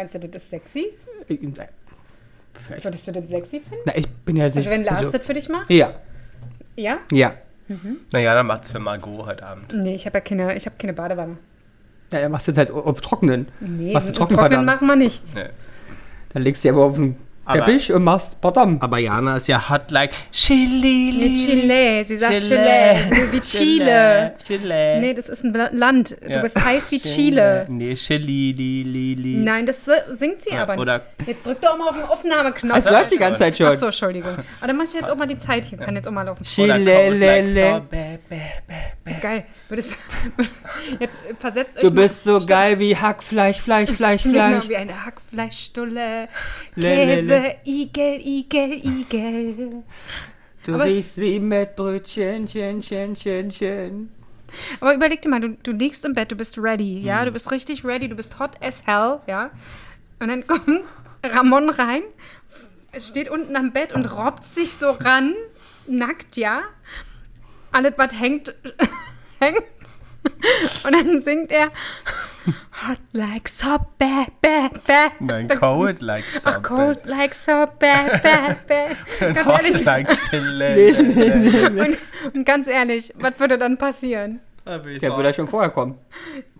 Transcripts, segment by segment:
Meinst du, das ist sexy? Ich- nein. Vielleicht. Würdest du das sexy finden? Na, ich bin ja Also sicher. wenn Lars das für dich macht? ja, Ja? ja. Naja, dann macht's für Margot heute Abend. Nee, ich habe ja keine, ich hab keine Badewanne. Ja, dann machst du das halt ob trocknen. Nee, machst du mit Trockenbadewanne. Trocknen machen wir nichts. Nee. Dann legst du die aber auf den Aber- Teppich und machst Bottom. Aber Jana ist ja hot like Chili. Nee, Chile, sie sagt Chile, so wie Chile. Chile. Nee, das ist ein La- Land. Du Ja. bist heiß wie Chile. Nee, Chili, li, li, li. Nein, das si- singt sie Ja, aber nicht. oder- Jetzt drück doch mal auf den Aufnahmeknopf. Es läuft die ganze Zeit schon. Achso, Entschuldigung. Aber dann mach ich jetzt auch mal die Zeit hier. Kann jetzt auch mal laufen. Oder cold like Chilelele. sorbet, bäh, bäh, bäh. Geil. Würdest, jetzt versetzt euch Du mal- bist so geil wie Hackfleisch, Fleisch, Fleisch, Genau, Fleisch. wie eine Hackfleischstulle. Le, le, le. Käse, Igel, Igel, Igel. Du Aber- riechst wie Mettbrötchen, chin, chin, chin, chin. Aber überleg dir mal, du, du liegst im Bett, du bist ready, ja? Du bist richtig ready, du bist hot as hell, ja? Und dann kommt Ramon rein, steht unten am Bett und robbt sich so ran, nackt, ja? Alles, was hängt, hängt. Und dann singt er Hot like so bad, bad, bad. Nein, cold like Ach, sorbet. cold like so bad, bad, bad. Ganz Hot ehrlich, like Chili. und, und ganz ehrlich, was würde dann passieren? Der würde ja schon vorher kommen.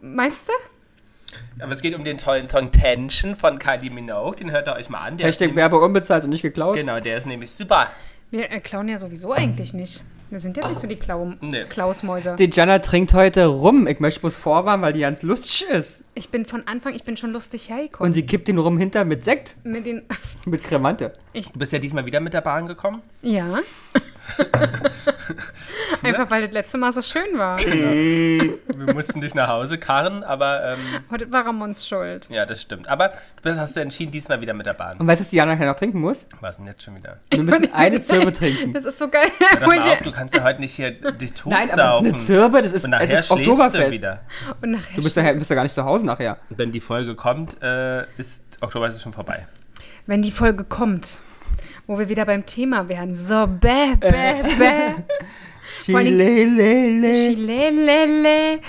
Meinst du? Aber es geht um den tollen Song Tension von Kylie Minogue. Den hört ihr euch mal an. Der ist Hashtag nämlich, Werbe unbezahlt und nicht geklaut. Genau, der ist nämlich super. Wir äh, klauen ja sowieso eigentlich nicht. Wir sind ja nicht so die Klau Nee. Klausmäuse. Die Jana trinkt heute rum. Ich möchte bloß vorwarnen, weil die ganz lustig ist. Ich bin von Anfang, ich bin schon lustig hergekommen. Und sie kippt den rum hinter mit Sekt, Mit den, mit Kremante. Du bist ja diesmal wieder mit der Bahn gekommen. ja. Einfach weil das letzte Mal so schön war. Wir mussten dich nach Hause karren, aber ähm, Heute war Ramons Schuld. ja, das stimmt. Aber du bist, hast du entschieden, diesmal wieder mit der Bahn. Und weißt du, was die Jana nachher noch trinken muss? Was denn jetzt schon wieder? Wir müssen eine Zirbe trinken. Das ist so geil. Hör doch mal auf, du kannst ja heute nicht hier dich tot Nein, aber saufen. eine Zirbe, das ist, Und es nachher ist schläfst du Oktoberfest. wieder. Und nachher Du bist, daher, bist ja gar nicht zu Hause nachher. Wenn die Folge kommt, äh, ist Oktoberfest schon vorbei. Wenn die Folge kommt, wo wir wieder beim Thema wären. So, bäh, Äh. bäh, bäh. Vor allen Chilelele. Chilelele.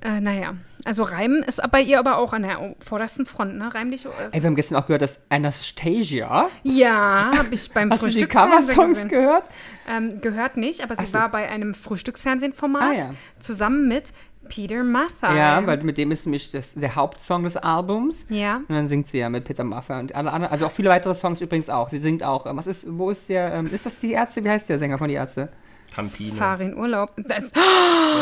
Äh, naja, also Reimen ist bei ihr aber auch an der vordersten Front, ne? Reimliche. Äh, Ey, wir haben gestern auch gehört, dass Anastasia. ja, habe ich beim Hast du die Frühstücksfernsehen Cover-Songs gesehen. gehört? Ähm, gehört nicht, aber sie Ach so. war bei einem Frühstücksfernsehen-Format Ah, ja. zusammen mit Peter Maffay. Ja, weil mit dem ist nämlich das, der Hauptsong des Albums. Ja. Und dann singt sie ja mit Peter Maffay und alle anderen, also auch viele weitere Songs übrigens auch. Sie singt auch. ähm, Was ist, wo ist der, ähm, ist das die Ärzte? Wie heißt der Sänger von die Ärzte? Campino. Fahre in Urlaub. Das,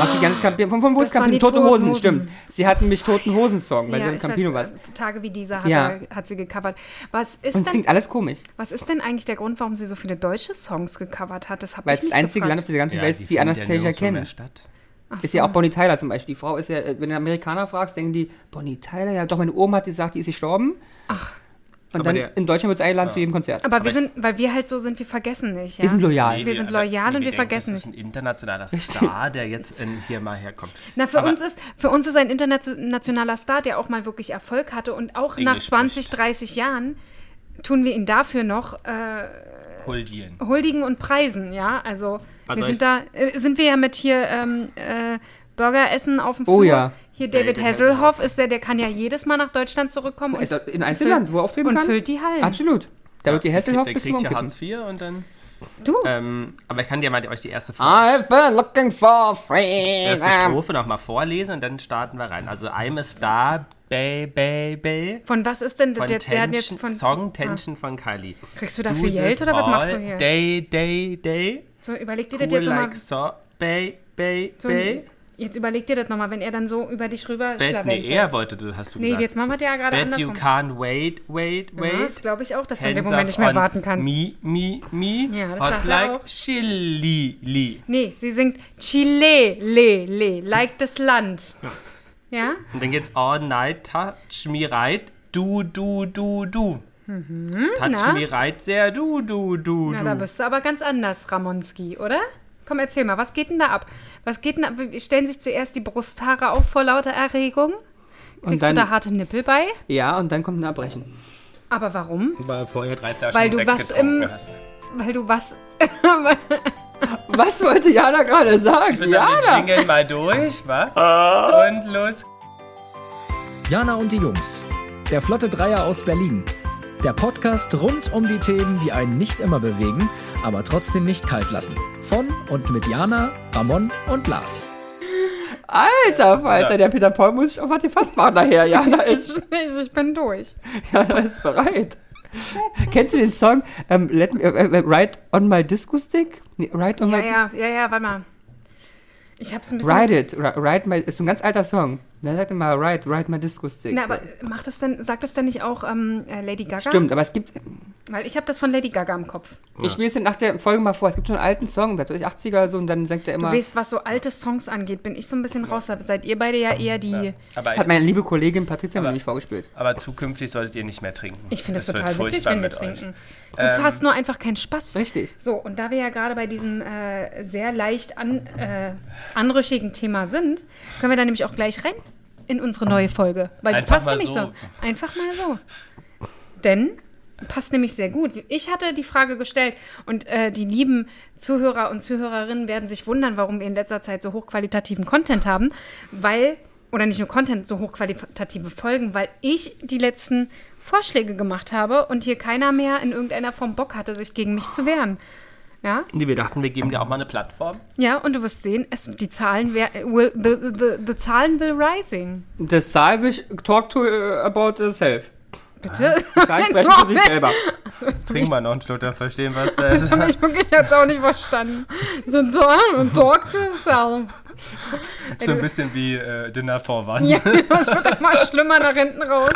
Ach, die ganze Campino, von, von wo Das ist waren Campino? die Toten Toten Hosen, Hosen. stimmt. Sie hatten mich Toten Hosen-Song, weil ja, sie im ich Campino war. weiß, äh, Tage wie dieser hat, Ja. er, hat sie gecovert. Was ist, Und denn, es klingt alles komisch, was ist denn eigentlich der Grund, warum sie so viele deutsche Songs gecovert hat? Das habe weil ich es das mich einzige Land auf gefragt. dieser ganzen Ja, Welt ist, die findet ja Anastasia nirgendwo mehr kennen. statt. Ach Ist so. ja auch Bonnie Tyler zum Beispiel. Die Frau ist ja, äh, wenn du Amerikaner fragst, denken die, Bonnie Tyler, ja doch, meine Oma hat gesagt, die ist gestorben. Ach. Und Aber dann der- in Deutschland wird es eingeladen zu jedem Konzert. Aber, Aber wir ich- sind, weil wir halt so sind, wir vergessen nicht. Ja? Wir sind loyal. Wir sind loyal und wir vergessen nicht. Das ist ein internationaler Star, der jetzt in, hier mal herkommt. Na, für Aber- uns, ist, für uns ist ein internationaler Star, der auch mal wirklich Erfolg hatte und auch Englisch nach 20, spricht. 30 Jahren tun wir ihn dafür noch äh, Huldien. huldigen und preisen, ja. Also Was wir soll ich- sind da, äh, sind wir ja mit hier ähm, äh, Burger essen auf dem Flur. Oh ja. Hier David, David Hasselhoff ist der, der kann ja jedes Mal nach Deutschland zurückkommen und, Ist er Also in Einzelland, wo er auftreten und kann? füllt die Hallen. Absolut. Da wird die Hesselhoff Der bis kriegt zum ja Umkippen. Hartz IV und dann. Du, Ähm, aber ich kann dir mal die, euch die erste Folge. I've been looking for erste freedom. Strophe nochmal vorlesen und dann starten wir rein. Also I'm a Star, Bay, Bay, Bay. von was ist denn Von der, der hat jetzt Tension, von Ah. Song Tension von Kylie. Kriegst du dafür Geld oder was machst du hier? Day, day, day. So, überleg dir Cool das jetzt like nochmal. so, Bay, Bay, So, Bay. jetzt überleg dir das nochmal, wenn er dann so über dich rüber Bad, nee, er wollte, du hast du Nee, gesagt. jetzt machen wir das ja gerade Bet you andersrum. can't wait, wait, wait. Ja, das glaube ich auch, dass du in dem Hands Moment up nicht mehr on warten kannst. Me, me, me. Ja, das hot sagt er like auch. Chili, li. Nee, sie singt Chile, le, le, like das Land. Ja? Und dann geht's all night, touch me right, du, du, du, du. touch Mhm, na? me right, sehr du, du, du, Na, du. da bist du aber ganz anders, Ramonski, oder? Komm, erzähl mal, was geht denn da ab? Was geht denn ab? Stellen sich zuerst die Brusthaare auf vor lauter Erregung? Kriegst dann- du da harte Nippel bei? Ja, und dann kommt ein Erbrechen. Aber warum? Weil vorher drei Flaschen Weil du Sekt was getrunken im- hast. Weil du was. Was wollte Jana gerade sagen? Wir ja, Jana! jingeln Ah. mal durch, wa? Und los Jana und die Jungs. Der Flotte Dreier aus Berlin. Der Podcast rund um die Themen, die einen nicht immer bewegen, aber trotzdem nicht kalt lassen. Von und mit Jana, Ramon und Lars. Alter Falter, der Peter Paul muss ich auf was fast machen nachher. Jana ist, Ich, ich bin durch. Jana ist bereit. Kennst du den Song ähm, Let me, äh, äh, Ride on my Disco Stick? Nee, Ride on Ja, my ja, ja, ja, warte mal. Ich hab's ein bisschen. Ride it, ri- ride my, ist so ein ganz alter Song. Ne, Da sagt immer Ride, ride my Disco Stick. Na, aber macht das denn, sagt das denn nicht auch ähm, äh, Lady Gaga? Stimmt, aber es gibt, Weil ich habe das von Lady Gaga im Kopf. ich lese den nach der Folge mal vor, es gibt so einen alten Song, der 80er oder so, und dann sagt er Du immer, weißt, was so alte Songs angeht, bin ich so ein bisschen raus. Da seid ihr beide ja eher die. Aber, hat meine liebe Kollegin Patricia mir Aber- nämlich vorgespielt. aber zukünftig solltet ihr nicht mehr trinken. Ich finde das, wird total witzig, furchtbar wenn wir mit euch. trinken. Und fast nur einfach keinen Spaß. Richtig. So, und da wir ja gerade bei diesem äh, sehr leicht an, äh, anrüchigen Thema sind, können wir da nämlich auch gleich rein in unsere neue Folge. Weil die Einfach passt mal nämlich so. so. Einfach mal so. Denn passt nämlich sehr gut. Ich hatte die Frage gestellt und äh, die lieben Zuhörer und Zuhörerinnen werden sich wundern, warum wir in letzter Zeit so hochqualitativen Content haben, weil oder nicht nur Content, so hochqualitative Folgen, weil ich die letzten Vorschläge gemacht habe und hier keiner mehr in irgendeiner Form Bock hatte, sich gegen mich zu wehren. Ja, Nee, wir dachten, wir geben dir auch mal eine Plattform. ja, und du wirst sehen, es, die Zahlen wer- will, the, the, the Zahlen will rising. The Salvage talk to äh, about itself. Bitte. Salvage sprechen für sich selber. Trink mal noch einen Schluck, dann verstehen wir es Das habe besser. ich wirklich jetzt auch nicht verstanden. So ein Dorn und Talk to yourself. so ein bisschen wie äh, Dinner for One. Ja, das wird immer schlimmer nach hinten raus.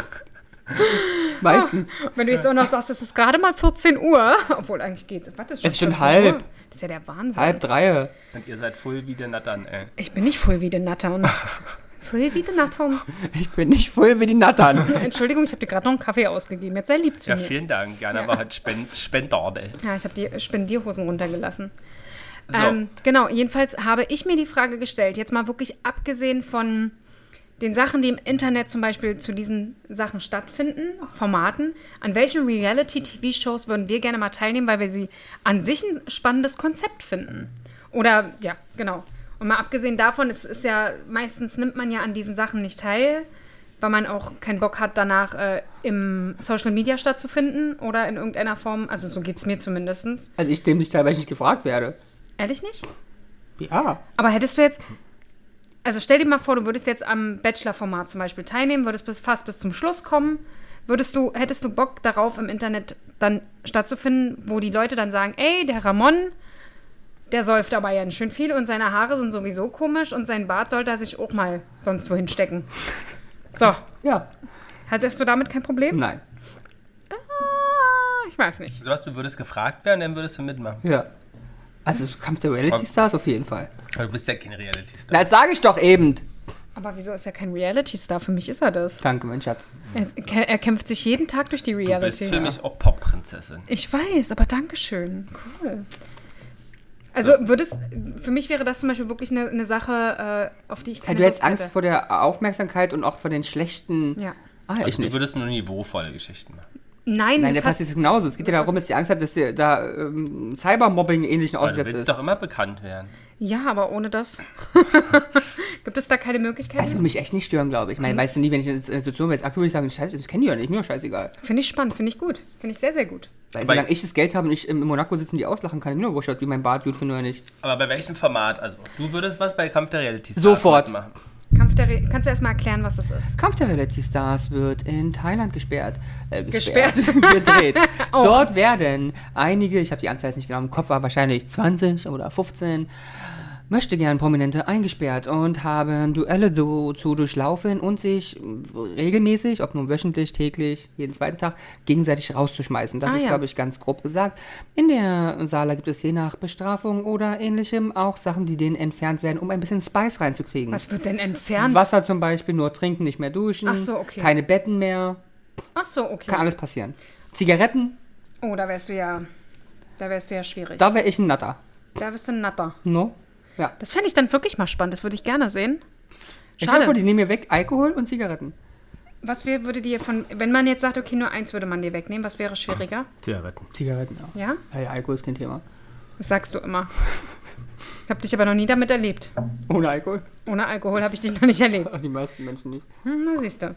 Meistens. Wenn du jetzt auch noch sagst, es ist gerade mal 14 Uhr, obwohl eigentlich geht's. Was ist schon, Es ist schon 14 halb. Uhr? Das ist ja der Wahnsinn. Halb drei. Und ihr seid voll wie der Nattern, ey. Ich bin nicht voll wie den Nattern. Voll wie den Nattern. Ich bin nicht voll wie die Nattern. Entschuldigung, ich habe dir gerade noch einen Kaffee ausgegeben. Jetzt sei lieb zu Ja, mir. vielen Dank. Jana war halt spend spendabel. Ja, ich habe die Spendierhosen runtergelassen. So. Ähm, genau, jedenfalls habe ich mir die Frage gestellt, jetzt mal wirklich abgesehen von den Sachen, die im Internet zum Beispiel zu diesen Sachen stattfinden, Formaten, an welchen Reality-TV-Shows würden wir gerne mal teilnehmen, weil wir sie an sich ein spannendes Konzept finden? Oder, ja, genau. Und mal abgesehen davon, es ist ja, meistens nimmt man ja an diesen Sachen nicht teil, weil man auch keinen Bock hat, danach äh, im Social Media stattzufinden oder in irgendeiner Form, also so geht es mir zumindest. Also ich dem nicht teilweise nicht gefragt werde. Ehrlich nicht? Ja. Aber hättest du jetzt, also stell dir mal vor, du würdest jetzt am Bachelor-Format zum Beispiel teilnehmen, würdest bis, fast bis zum Schluss kommen, würdest du, hättest du Bock darauf, im Internet dann stattzufinden, wo die Leute dann sagen, ey, der Ramon, der säuft aber ja schön viel und seine Haare sind sowieso komisch und sein Bart sollte er sich auch mal sonst wohin stecken. So, Ja. hattest du damit kein Problem? Ah, Nein. Ich weiß nicht. Du, hast, du würdest gefragt werden, dann würdest du mitmachen. Ja. Also so Kampf der Reality Stars auf jeden Fall. Aber du bist ja kein Reality-Star. Na, das sage ich doch eben. Aber wieso ist er kein Reality-Star? Für mich ist er das. Danke, mein Schatz. Er, er kämpft sich jeden Tag durch die Du Reality. bist für mich auch Pop-Prinzessin. Ich weiß, aber Dankeschön. Cool. Also würdest, für mich wäre das zum Beispiel wirklich eine, eine Sache, äh, auf die ich keine du hättest Lust Angst hätte. vor der Aufmerksamkeit und auch vor den schlechten. Ja. Ah, ich Also, du nicht. würdest nur niveauvolle Geschichten machen. Nein, Nein, der das passt hat, jetzt genauso. Es geht ja darum, dass die Angst hat, dass ihr da ähm, Cybermobbing ähnlichen Weil du ausgesetzt willst ist. Also, doch immer bekannt werden. ja, aber ohne das gibt es da keine Möglichkeiten. Also mich echt nicht stören, glaube ich. Ich meine, weißt du nie, wenn ich in der Institution wäre, jetzt aktuell würde ich sagen, scheiße, das kennen die ja nicht, mir doch scheißegal. finde ich spannend, finde ich gut, finde ich sehr sehr gut. Weil, Aber solange ich- ich das Geld habe und ich im im Monaco sitzen, die auslachen kann, mir nur wurscht, ob die mein Bart gut finden oder nicht. Aber bei welchem Format? Also, du würdest was bei Kampf der Reality-Stars Sofort. machen. Kampf der Re Kannst du erstmal erklären, was das ist? Kampf der Reality Stars wird in Thailand gesperrt. Äh, gesperrt. Gesperrt. Oh. gedreht. Auch. Dort werden einige, ich habe die Anzahl jetzt nicht genau im Kopf, aber wahrscheinlich 20 oder 15, möchte gern Prominente eingesperrt und haben Duelle so zu durchlaufen und sich regelmäßig, ob nun wöchentlich, täglich, jeden zweiten Tag, gegenseitig rauszuschmeißen. Das Ah, ist, ja. glaube ich, ganz grob gesagt. In der Sala gibt es je nach Bestrafung oder ähnlichem auch Sachen, die denen entfernt werden, um ein bisschen Spice reinzukriegen. Was wird denn entfernt? Wasser zum Beispiel, nur trinken, nicht mehr duschen. Ach so, okay. Keine Betten mehr. Ach so, Kann okay. alles passieren. Zigaretten, Oh, da wärst du ja, da wärst du ja schwierig. Da, da wäre ich ein Natter. wärst du ein Natter. No? Ja. Das fände ich dann wirklich mal spannend. Das würde ich gerne sehen. Ich hoffe, Schade. die nehmen mir weg Alkohol und Zigaretten. Was wär, würde dir von, wenn man jetzt sagt, okay, nur eins würde man dir wegnehmen, was wäre schwieriger? Zigaretten. Zigaretten, ja. Ja? Ja, ja, Alkohol ist kein Thema. Das sagst du immer. Ich habe dich aber noch nie damit erlebt. Ohne Alkohol? Ohne Alkohol habe ich dich noch nicht erlebt. Die meisten Menschen nicht. Hm, na siehst du.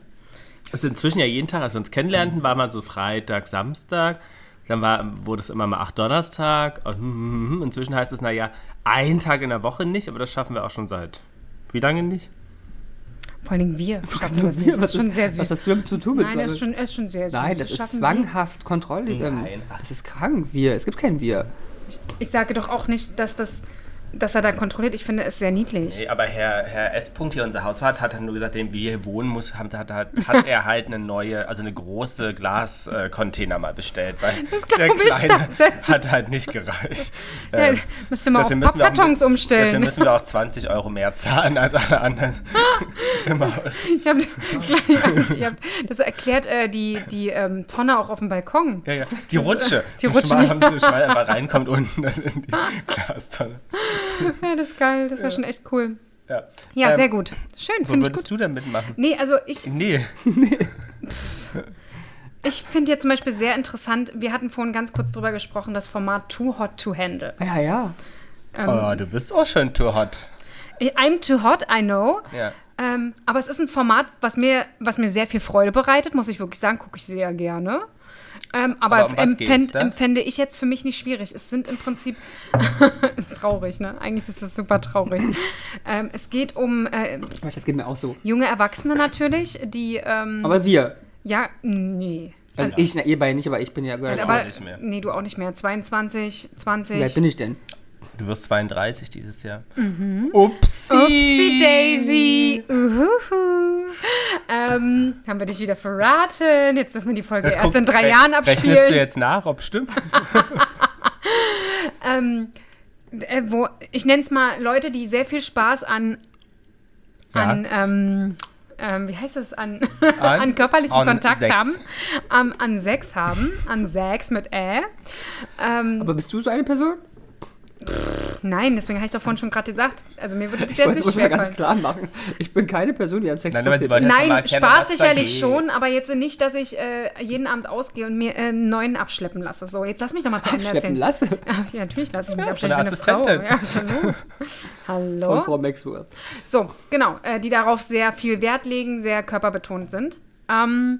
Das ist inzwischen ja jeden Tag, als wir uns kennenlernten, war mal so Freitag, Samstag. Dann war, wurde es immer mal acht Donnerstag. Und hm, hm, hm. inzwischen heißt es, naja, einen Tag in der Woche nicht, aber das schaffen wir auch schon seit wie lange nicht? Vor allen Dingen wir schaffen das nicht. Das ist schon sehr Was süß. hast du damit zu tun? mit- Nein, das ist schon, ist schon sehr süß. Nein, das ist schaffen ne? zwanghaft Kontrolle. ähm, Nein. Das ist krank, wir. Es gibt kein wir. Wir. Ich sage doch auch nicht, dass, das, dass er da kontrolliert. Ich finde es sehr niedlich. Nee, aber Herr, Herr S. Punkt hier, unser Hauswart, hat dann nur gesagt, den wir hier wohnen muss, hat, hat, hat, hat er halt eine neue, also eine große Glascontainer mal bestellt, weil Das der glaub ich kleine tatsächlich. hat halt nicht gereicht. Ja, Ähm, müsste mal auf deswegen müssen wir auch- Pappkartons Deswegen umstellen. müssen wir auch 20 Euro mehr zahlen als alle anderen im Haus. Ich hab, ich hab, das erklärt äh, die, die ähm, Tonne auch auf dem Balkon. Ja, ja. Die Rutsche. äh, die Rutsche, Schmal, die- haben sie schmal einfach reinkommt unten in die Glastonne. Ja, das ist geil. Das war schon echt cool. Ja, Ja, Ähm, sehr gut. Schön, Wo finde ich würdest gut. du denn mitmachen? Nee, also ich, Nee. Ich finde ja zum Beispiel sehr interessant, wir hatten vorhin ganz kurz drüber gesprochen, das Format Too Hot to Handle. Ja, ja. Oh, du bist auch schon too hot. I'm too hot, I know. Ja. Ähm, aber es ist ein Format, was mir, was mir sehr viel Freude bereitet, muss ich wirklich sagen, gucke ich sehr gerne. Ähm, aber Aber um was geht's empfänd, da? empfände ich jetzt für mich nicht schwierig. Es sind im Prinzip. ist traurig, ne? Eigentlich ist es super traurig. ähm, es geht um äh, Aber das geht mir auch so. junge Erwachsene natürlich, die. Ähm, Aber wir. ja, nee. Also ich, na, ihr beiden nicht, aber ich bin ja gehört. aber, nicht mehr. Nee, du auch nicht mehr. 22, 20. Wer bin ich denn? Du wirst 32 dieses Jahr. Upsi. Mhm. Upsi Daisy. Uhuhu. Ähm, haben wir dich wieder verraten. Jetzt dürfen wir die Folge Jetzt erst guck, in drei rech- Jahren Rechnest du abspielen. jetzt nach, ob stimmt? Äh, wo, ich nenne es mal Leute, die sehr viel Spaß an, an ähm, ähm, wie heißt es, an, an, körperlichen an Kontakt Sex. haben. Ähm, an Sex haben. An Sex mit Ä. Ähm, Aber bist du so eine Person? nein, deswegen habe ich doch vorhin schon gerade gesagt. Also mir würde das Ich jetzt wollte es nicht muss mal ganz schwerfallen. klar machen. Ich bin keine Person, die an Sex Nein, aber sie interessiert wollte- ist. Jetzt mal Nein, erklären, Spaß was da sicherlich geht. schon, aber jetzt nicht, dass ich äh, jeden Abend ausgehe und mir äh, einen neuen abschleppen lasse. So, jetzt lass mich doch mal zu Ende Abschleppen erzählen. Ah, lasse Ja, natürlich lasse ich mich Ja, abschleppen. Ich bin von eine Frau. der Ja, absolut. von Hallo. Frau Maxwell. So, genau, äh, die darauf sehr viel Wert legen, sehr körperbetont sind. Ähm,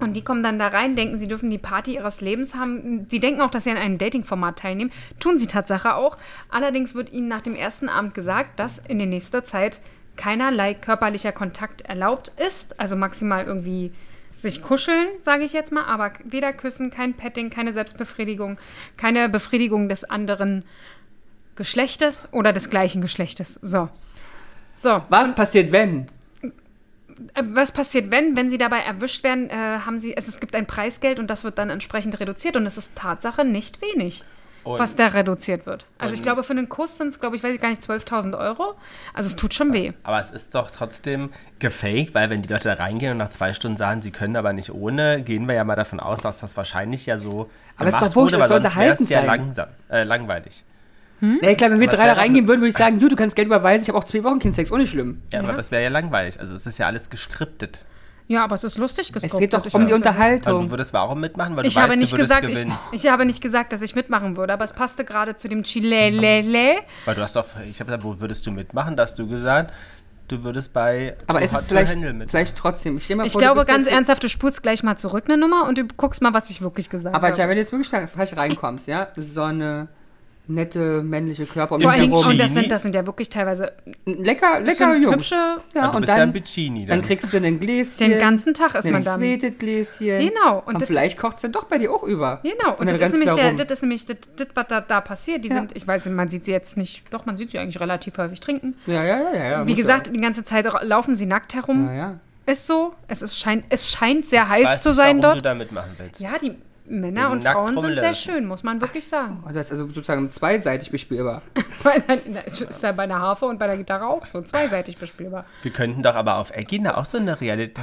und die kommen dann da rein, denken, sie dürfen die Party ihres Lebens haben. Sie denken auch, dass sie an einem Dating-Format teilnehmen. Tun sie Tatsache auch. Allerdings wird ihnen nach dem ersten Abend gesagt, dass in der nächster Zeit keinerlei körperlicher Kontakt erlaubt ist. Also maximal irgendwie sich kuscheln, sage ich jetzt mal, aber weder küssen, kein Petting, keine Selbstbefriedigung, keine Befriedigung des anderen Geschlechtes oder des gleichen Geschlechtes. So. So, Was passiert, wenn? äh, Was passiert, wenn, wenn sie dabei erwischt werden, äh, haben sie, also es gibt ein Preisgeld und das wird dann entsprechend reduziert und es ist Tatsache nicht wenig, Und- was da reduziert wird. Also ich und- glaube, für einen Kuss sind es, glaube ich, weiß ich gar nicht, 12.000 Euro. Also es tut schon weh. Aber es ist doch trotzdem gefaked, weil wenn die Leute da reingehen und nach zwei Stunden sagen, sie können aber nicht ohne, gehen wir ja mal davon aus, dass das wahrscheinlich ja so Aber es ist gemacht doch wurscht, wurde, weil es soll sonst wär's unterhaltend ja sein. langsam, äh, langweilig. Hm? Na, ich glaube, wenn wir Was drei da wäre das? reingehen würden, würde ich sagen, du, du kannst Geld überweisen, ich habe auch zwei Wochen keinen Sex, ohne schlimm. Ja, Ja. aber das wäre ja langweilig. Also es ist ja alles geskriptet. Ja, aber es ist lustig Es gescoped. geht doch Ich um die weiß, dass- Aber Also, du Unterhaltung. würdest warum mitmachen, weil du Ich weißt, habe, nicht du würdest gesagt, ich, gewinnen. ich habe nicht gesagt, dass ich mitmachen würde, aber es passte gerade zu dem Chilelele. Weil du hast doch, ich habe gesagt, wo würdest du mitmachen? Da hast du gesagt, du würdest bei Aber Too es Hot ist to vielleicht, Handle mit. vielleicht trotzdem. stell dir mal Ich vor, du glaube bist ganz jetzt- ernsthaft, du spulst gleich mal zurück eine Nummer und du guckst mal, was ich wirklich gesagt Aber habe. ja, wenn du jetzt wirklich da- falsch reinkommst, ja, so eine nette männliche Körper um Vor dich allen Dingen, herum. und das Bikini? sind, das sind ja wirklich teilweise lecker, das sind lecker Jungs. hübsche Ja, Aber du und bist ja dann, ein Bikini dann dann. kriegst du ein Gläschen. Den ganzen Tag ist ein man dann. zweites Gläschen. Genau, und Und, das- vielleicht kocht es dann doch bei dir auch über. Genau, und, dann das, ist rennst du nämlich da der, rum. das ist nämlich das, das was da, da passiert. Die Ja. sind, ich weiß nicht, man sieht sie jetzt nicht, doch, man sieht sie eigentlich relativ häufig trinken. Ja, ja, ja, ja, ja. Wie muss gesagt, die ganze Zeit ra- laufen sie nackt herum. Ja, ja. ja. Ist so, es, ist, scheint, es scheint sehr Ich heiß weiß zu nicht, sein warum dort. du da mitmachen willst. Ja, die Männer Wegen und nackt Frauen sind sehr rumlaufen. schön, muss man wirklich sagen. Und das ist also sozusagen zweiseitig bespielbar. Zwei Seiten, das ist ja bei einer Harfe und bei der Gitarre auch so, zweiseitig bespielbar. Wir könnten doch aber auf Egina auch so eine Realität.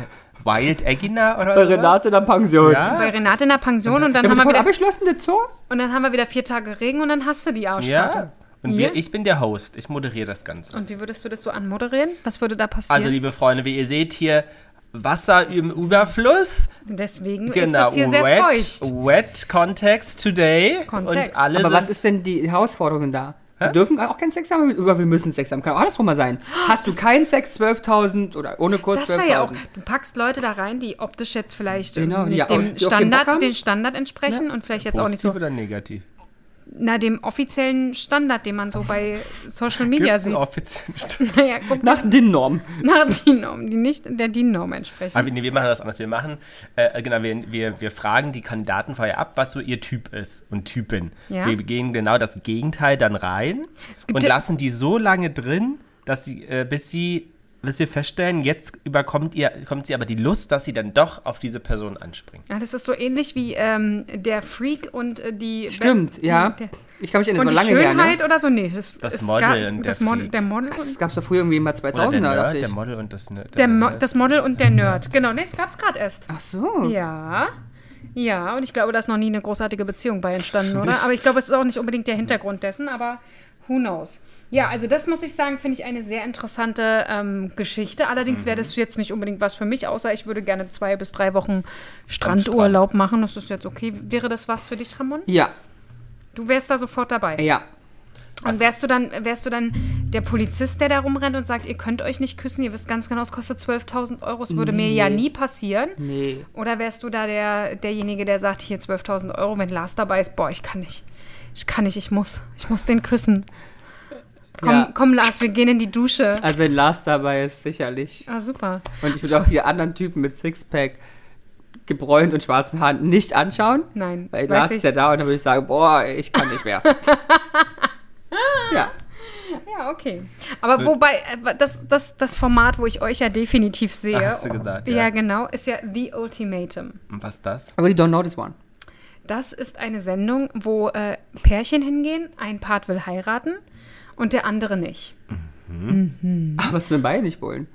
Wild Egina oder Bei sowas? Renate in der Pension. Ja, Bei Renate in der Pension und dann, Haben Also haben, wir wir schon wieder, abgeschlossen, der Zoo? und dann haben wir wieder vier Tage Regen und dann hast du die Arschkarte. ja. Und Ja. wir, ich bin der Host. Ich moderiere das Ganze. Und wie würdest du das so anmoderieren? Was würde da passieren? Also, liebe Freunde, wie ihr seht hier, Wasser im Überfluss. Deswegen ist Genau. das hier sehr wet, feucht. wet Context today. Context. Und alle Aber was sind, ist denn die Herausforderung da? Wir dürfen auch keinen Sex haben, aber wir müssen Sex haben. Kann auch andersrum mal sein. Hast du keinen Sex, 12.000 oder ohne kurz Das war ja auch, 12.000. du packst Leute da rein, die optisch jetzt vielleicht ähm, Genau, die nicht ja auch- die auch dem den Bock haben. Standard, den Standard entsprechen und vielleicht jetzt auch nicht Positiv so, oder negativ? na, dem offiziellen Standard, den man so bei Social Media Gibt's einen sieht. offiziellen Stand- Naja, guck Nach DIN-Norm. nach DIN-Norm, die nicht der DIN-Norm Aber entsprechen. wir, nee, wir machen das anders. Wir machen, äh, genau, wir, wir, wir fragen die Kandidaten vorher ab, was so ihr Typ ist und Typin. Ja. Wir gehen genau das Gegenteil dann rein Es gibt und ja- lassen die so lange drin, dass sie, äh, bis sie, bis wir feststellen, jetzt überkommt ihr, kommt sie aber die Lust, dass sie dann doch auf diese Person anspringt. Ja, das ist so ähnlich wie ähm, der Freak und äh, die. Stimmt, die, ja. Der, Ich kann mich erinnern, und das die war lange her. Ne? Schönheit oder so? Nee, das, ist- Das es Model gab- und der das Model, Freak. der Model und Das gab es doch früher irgendwie mal Oder 2000er, dachte der, Nerd, ich. der Model und das, ne, der der Mo Nerd. das Model und der Nerd. Genau, nee, das gab es gerade erst. Ach so. Ja. Ja, und ich glaube, da ist noch nie eine großartige Beziehung bei entstanden, oder? Aber ich glaube, es ist auch nicht unbedingt der Hintergrund dessen, aber who knows. Ja, also das muss ich sagen, finde ich eine sehr interessante ähm, Geschichte. Allerdings wäre das jetzt nicht unbedingt was für mich, außer ich würde gerne zwei bis drei Wochen Strandurlaub machen. Das ist jetzt okay. Wäre das was für dich, Ramon? Ja, Du wärst da sofort dabei. ja. Und wärst du dann, wärst du dann der Polizist, der da rumrennt und sagt, ihr könnt euch nicht küssen, ihr wisst ganz genau, es kostet 12.000 Euro, es würde mir ja nie passieren. Nee. Oder wärst du da der, derjenige, der sagt, hier 12.000 Euro, wenn Lars dabei ist, boah, ich kann nicht. Ich kann nicht, ich muss. Ich muss den küssen. Komm, Ja. komm Lars, wir gehen in die Dusche. Also wenn Lars dabei ist, sicherlich. Ah, super. Und ich würde auch die anderen Typen mit Sixpack, gebräunt und schwarzen Haaren nicht anschauen. Nein, Weil weiß Lars ich. ist ja da und dann würde ich sagen, boah, ich kann nicht mehr. ja. Ja, okay. Aber wobei, äh, das, das, das Format, wo ich euch ja definitiv sehe. Ah, hast du gesagt, ja. ja, genau, ist ja The Ultimatum. Und was ist das? Aber die don't know this one. Das ist eine Sendung, wo äh, Pärchen hingehen, ein Part will heiraten und der andere nicht. Ah. Aber was, wenn beide nicht wollen?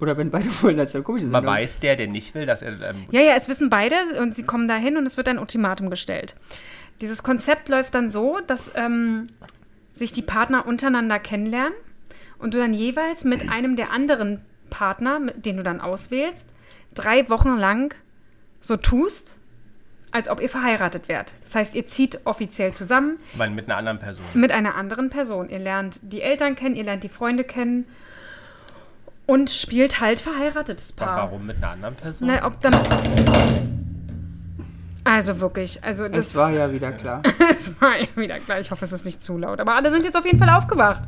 Oder wenn beide wollen, das ist ja komisch. Man weiß der, der nicht will, dass er. Ähm, Genau. Ja, ja, es wissen beide und sie kommen dahin und es wird ein Ultimatum gestellt. Dieses Konzept läuft dann so, dass ähm, sich die Partner untereinander kennenlernen und du dann jeweils mit einem der anderen Partner, mit, den du dann auswählst, drei Wochen lang so tust, als ob ihr verheiratet wärt. Das heißt, ihr zieht offiziell zusammen, man mit einer anderen Person. mit einer anderen Person. Ihr lernt die Eltern kennen, ihr lernt die Freunde kennen und spielt halt verheiratetes Und Paar. warum mit einer anderen Person? Na, ob dann. Also wirklich, also das, Das war ja wieder klar. das war ja wieder klar. Ich hoffe, es ist nicht zu laut. Aber alle sind jetzt auf jeden Fall aufgewacht.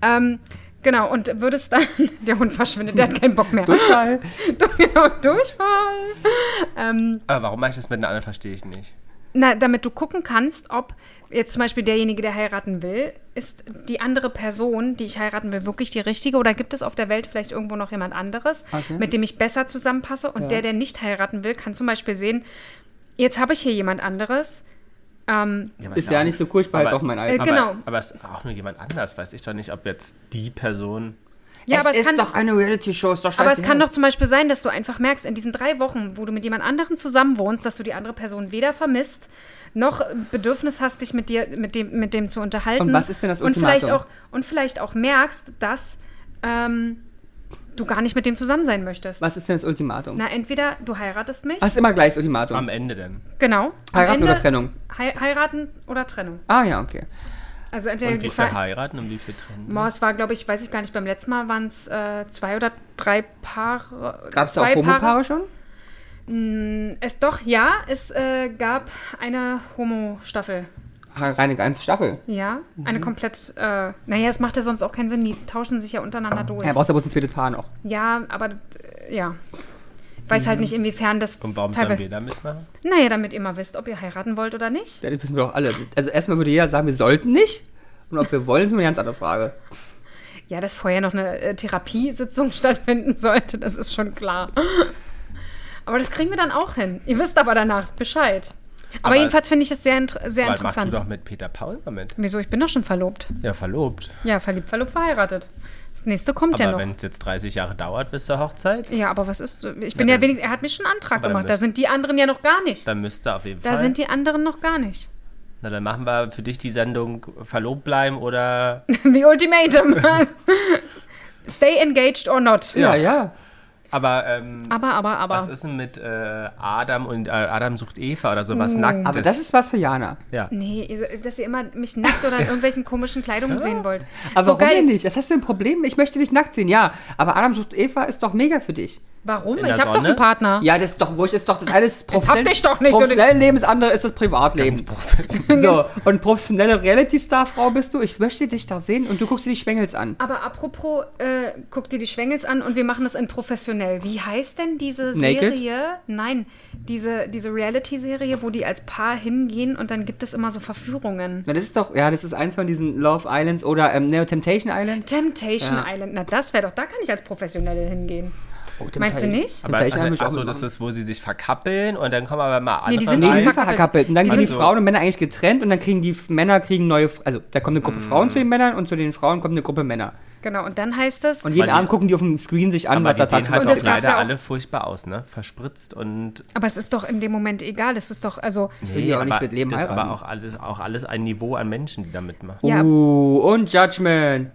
Ähm, genau, und würdest dann. Der Hund verschwindet, der hat keinen Bock mehr. Durchfall. genau, Durchfall. Ähm, Aber Äh, warum mache ich das mit einer anderen, verstehe ich nicht. Na, damit du gucken kannst, ob jetzt zum Beispiel derjenige, der heiraten will, ist die andere Person, die ich heiraten will, wirklich die richtige? Oder gibt es auf der Welt vielleicht irgendwo noch jemand anderes, Okay. mit dem ich besser zusammenpasse? Und der, der nicht heiraten will, kann zum Beispiel sehen, jetzt habe ich hier jemand anderes. Ähm, Ja, aber Ist ja auch- nicht so cool, ich behalte aber- auch mein äh, Alter. genau. Aber es ist auch nur jemand anders. Weiß ich doch nicht, ob jetzt die Person. Ja, aber es ist kann, doch eine Reality-Show, ist doch scheiße. aber es kann doch zum Beispiel sein, dass du einfach merkst, in diesen drei Wochen, wo du mit jemand anderem zusammen wohnst, dass du die andere Person weder vermisst, noch Bedürfnis hast, dich mit dir, mit dem, mit dem zu unterhalten. Und was ist denn das und vielleicht Ultimatum? auch Und vielleicht auch merkst, dass ähm, du gar nicht mit dem zusammen sein möchtest. Was ist denn das Ultimatum? Na, entweder du heiratest mich, Ach, ist immer gleich das Ultimatum. Am Ende denn. genau. am Heiraten oder Trennung? Hei heiraten oder Trennung. Ah ja, okay. Also entweder Und wie es viel war, heiraten und wie viel trennen? Boah, es war, glaube ich, weiß ich gar nicht, beim letzten Mal waren es äh, zwei oder drei Paare. Gab es da auch zwei Paare. Homopaare schon? Es doch, ja, es äh, gab eine Homo-Staffel. Ah, Reine ganze Staffel. Ja, Mhm. eine komplett. Äh, naja, es macht ja sonst auch keinen Sinn, die tauschen sich ja Ah, untereinander durch. Ja, Ja, brauchst du bloß ein zweites Paar noch. aber d- äh, ja. Weiß Mhm. halt nicht, inwiefern das. Und warum sollen wir da mitmachen? Naja, damit ihr immer wisst, ob ihr heiraten wollt oder nicht. Ja, Das wissen wir doch alle. Also erstmal würde jeder sagen, wir sollten nicht. Und ob wir wollen, ist eine ganz andere Frage. Ja, dass vorher noch eine äh, Therapiesitzung stattfinden sollte, das ist schon klar. Aber das kriegen wir dann auch hin. Ihr wisst aber danach Bescheid. Aber, Aber- jedenfalls finde ich es sehr, int- sehr Weil machst du interessant. doch mit Peter Paul im Moment. Wieso? Ich bin doch schon verlobt. Ja, verlobt. Ja, verliebt, verlobt, verheiratet. Das nächste kommt ja Aber noch. wenn es jetzt 30 Jahre dauert bis zur Hochzeit, Ja, aber was ist. Ich bin ja, dann- wenigstens. Er hat mir schon einen Antrag Aber dann gemacht. Da müsst- sind die anderen ja noch gar nicht. dann müsste auf jeden Da Fall. sind die anderen noch gar nicht. Na, dann machen wir für dich die Sendung verlobt bleiben oder. The Ultimatum. Stay engaged or not. Ja, ja. Aber, ähm, Aber, aber, was aber. ist denn mit äh, Adam und äh, Adam sucht Eva oder sowas Hm. Nacktes? Aber das ist was für Jana. ja. Nee, ihr- dass ihr immer mich nackt oder in irgendwelchen komischen Kleidungen sehen wollt. Aber so warum geil. denn nicht? Das hast du ein Problem. Ich möchte dich nackt sehen, ja. Aber Adam sucht Eva ist doch mega für dich. Warum? In Ich der habe doch Sonne? einen Partner. Ja, das ist doch, wo ich ist doch das alles professionell. dich doch nicht so Professionell Leben, das andere ist das Privatleben. So, und professionelle Reality-Star-Frau bist du. Ich möchte dich da sehen und du guckst dir die Schwengels an. Aber apropos, äh, guck dir die Schwengels an und wir machen das in professionell. Wie heißt denn diese Naked? Serie? Nein, diese, diese Reality-Serie, wo die als Paar hingehen und dann gibt es immer so Verführungen. Na, das ist doch, ja, das ist eins von diesen Love Islands oder ähm, Neo Temptation Island. Temptation Ja. Island, na das wäre doch, da kann ich als Professionelle hingehen. Oh, Meinst du nicht? Aber, Temptation Island. achso, das ist, wo sie sich verkappeln und dann kommen aber mal andere Nee, die sind Nee, schon die rein. sind verkappelt. verkappelt. Und dann Die sind die sind- Frauen und Männer eigentlich getrennt und dann kriegen die F- Männer kriegen neue, F- also da kommt eine Mm. Gruppe Frauen zu den Männern und zu den Frauen kommt eine Gruppe Männer. Genau, und dann heißt es, Und jeden Weil die- Abend gucken die auf dem Screen sich an, aber was die da sehen tatsächlich halt Und auch das gab's leider ja auch. alle furchtbar aus, ne? Verspritzt und aber es ist doch in dem Moment egal, es ist doch, also, Ich will die auch nicht aber mit Leben das ist heiraten. aber auch alles, auch alles ein Niveau an Menschen, die da mitmachen. ja, Uh, und Judgment.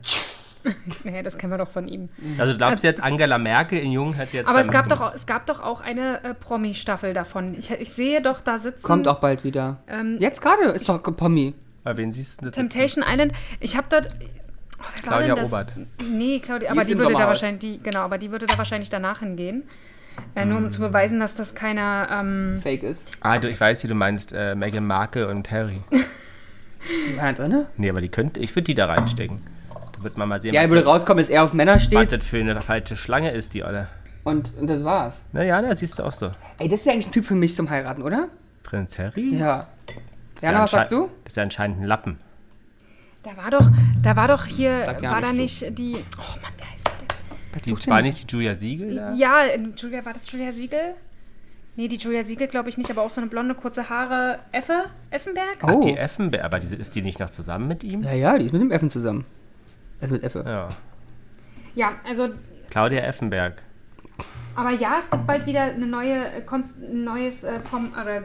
nee, das kennen wir doch von ihm. Also du glaubst jetzt, Angela Merkel in Jungen hat jetzt... Aber es da gab, doch, mitgemacht. auch- es gab doch auch eine äh, Promi-Staffel davon. Ich, ich sehe doch da sitzen. Kommt auch bald wieder. Ähm, Jetzt gerade ist doch Pommi. Bei wen siehst du das jetzt? Temptation Island. Ich habe dort. Oh, wer war Claudia denn das? Obert. Nee, Claudia, aber ist die im würde da Sommerhaus. wahrscheinlich, die, genau, aber die würde da wahrscheinlich danach hingehen. Äh, Mm. nur um zu beweisen, dass das keiner. Ähm, Fake ist. Ah, du, ich weiß, wie du meinst, äh, Meghan Markle und Harry. Die waren da drinne? Nee, aber die könnte, ich würde die da reinstecken. Da wird man mal sehen, Ja, er was würde das- rauskommen, dass er auf Männer was steht das für eine falsche Schlange ist, die Olle. und, und das war's. Naja, da siehst du auch so. Ey, das wäre eigentlich ein Typ für mich zum Heiraten, oder? Prinz Harry? Ja. Das ist Jana, was sagst anschein- du? Das ist ja anscheinend ein Lappen. da war doch, da war doch hier, Sag ja war da nicht nicht die. Oh Mann, wer heißt Was Die, sucht war denn? nicht die Julia Siegel da? die? Ja, äh, Julia, war das Julia Siegel? Nee, die Julia Siegel glaube ich nicht, aber auch so eine blonde, kurze Haare. Effe? Effenberg? Oh. Die Effenberg, aber die, ist die nicht noch zusammen mit ihm? Ja, ja, die ist mit dem Effen zusammen. Also mit Effe. Ja. Ja, also Claudia Effenberg. Aber ja, es gibt bald wieder eine neue, äh, Konst ein neues äh, Prom oder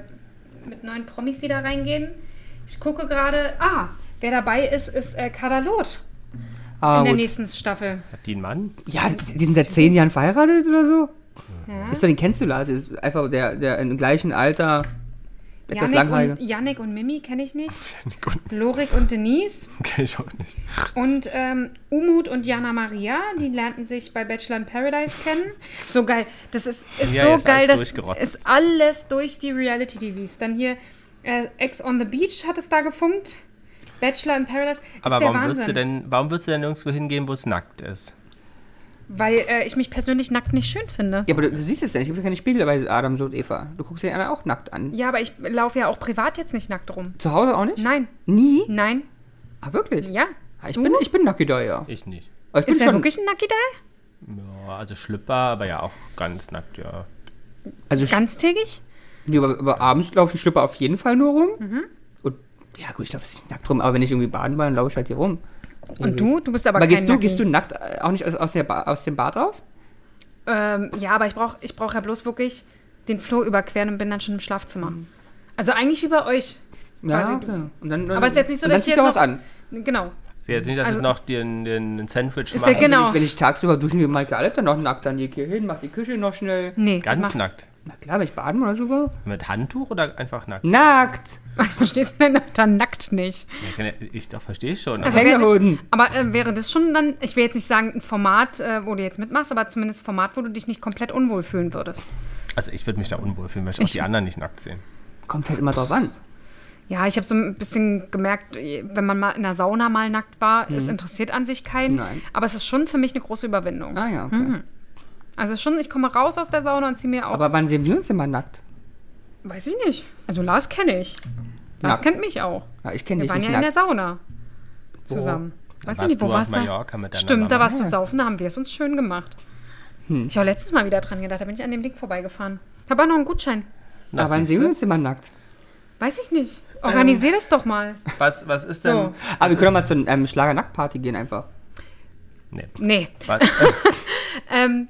mit neuen Promis, die da reingehen. Ich gucke gerade, ah, wer dabei ist, ist äh, Kadalot Ah, in der gut. nächsten Staffel. Hat die einen Mann? Ja, die die sind seit zehn Jahren verheiratet oder so. Ja. Ist doch, den kennst du, Lars. Ist einfach der, der im gleichen Alter, etwas Janik, langhaariger. und, Janik und Mimi kenne ich nicht. Gut, Lorik und Denise kenn ich auch nicht. und ähm, Umut und Jana Maria, die lernten sich bei Bachelor in Paradise kennen. So geil, das ist, ist Ja, so jetzt geil, alles das durchgerottet. ist alles durch die Reality-TVs. Dann hier äh, Ex on the Beach hat es da gefunkt. Bachelor in Paradise. Aber ist der warum Wahnsinn. würdest, du denn, warum würdest du denn nirgendwo hingehen, wo es nackt ist? Weil äh, ich mich persönlich nackt nicht schön finde. Ja, aber du, du siehst es ja nicht. Es gibt ja keine Spiegel bei Adam so und Eva. Du guckst dir die anderen auch nackt an. Ja, aber ich laufe ja auch privat jetzt nicht nackt rum. Zu Hause auch nicht? Nein, Nie? nein, Ah, wirklich? ja. Ah, Ich bin, ich bin Nucky da, ja. Ich nicht. Aber Ich bin Ist er schon- wirklich ein Nucky da? Ja, also Schlüpper, aber ja auch ganz nackt, ja. Also, sch- Ganztägig? nee, aber, aber abends laufen Schlüpper auf jeden Fall nur rum. Mhm. Und ja, gut, ich laufe jetzt nicht nackt rum, aber wenn ich irgendwie baden war, dann laufe ich halt hier rum. Und du? Mhm. Du bist aber, Aber kein gehst du, Nucky. gehst du nackt äh, auch nicht aus, aus, der ba aus dem Bad raus? Ähm, ja, aber ich brauche ich brauch ja bloß wirklich den Floh überqueren und bin dann schon im Schlafzimmer. Mhm. Also eigentlich wie bei euch. Quasi du. klar. Und dann, Aber es ist jetzt nicht so, und dann dass ich ziehst du jetzt was noch- an. Genau. Sie jetzt nicht, dass Also- es noch den, den, den Sandwich Ist macht. ja genau. Wenn Also ich tagsüber duschen gehe, mache ich alles dann noch nackt. Dann gehe ich hier hin, mache die Küche noch schnell. Nee, das Ganz macht- nackt. Na klar, wenn ich baden oder so war. Mit Handtuch oder einfach nackt? Nackt! Was verstehst du denn unter nackt nicht? genau, Ich doch verstehe schon. Also Aber wäre das, Hängehoden. aber äh, wäre das schon dann, ich will jetzt nicht sagen, ein Format, äh, wo du jetzt mitmachst, aber zumindest ein Format, wo du dich nicht komplett unwohl fühlen würdest. also ich würde mich da unwohl fühlen, weil ich auch Ich- die anderen nicht nackt sehen. Kommt halt immer drauf an. Ja, ich habe so ein bisschen gemerkt, wenn man mal in der Sauna mal nackt war, es interessiert an sich keinen. Mhm. Nein. Aber es ist schon für mich eine große Überwindung. Ah ja, okay. Also schon, ich komme raus aus der Sauna und ziehe mir auch. Aber wann sehen wir uns denn mal nackt? weiß ich nicht. Also Lars kenne ich. Mhm. Lars Nackt. kennt mich auch. Ja, ich kenne Wir dich waren nicht ja in der nackt. Sauna zusammen. Weiß ich nicht, wo du warst auf du? Mallorca mit deiner Stimmt, da Mama. warst du saufen, da haben wir es uns schön gemacht. Hm. Ich habe letztes Mal wieder dran gedacht, da bin ich an dem Ding vorbeigefahren. Ich habe auch noch einen Gutschein. Na, Aber wann sehen siehste. wir uns denn mal nackt? Weiß ich nicht. Ähm. Organisier das doch mal. Was, was ist denn? So. Aber Ah, wir können doch mal zu einem Schlager-Nackt-Party gehen einfach. Nee. Nee. Was, Ähm,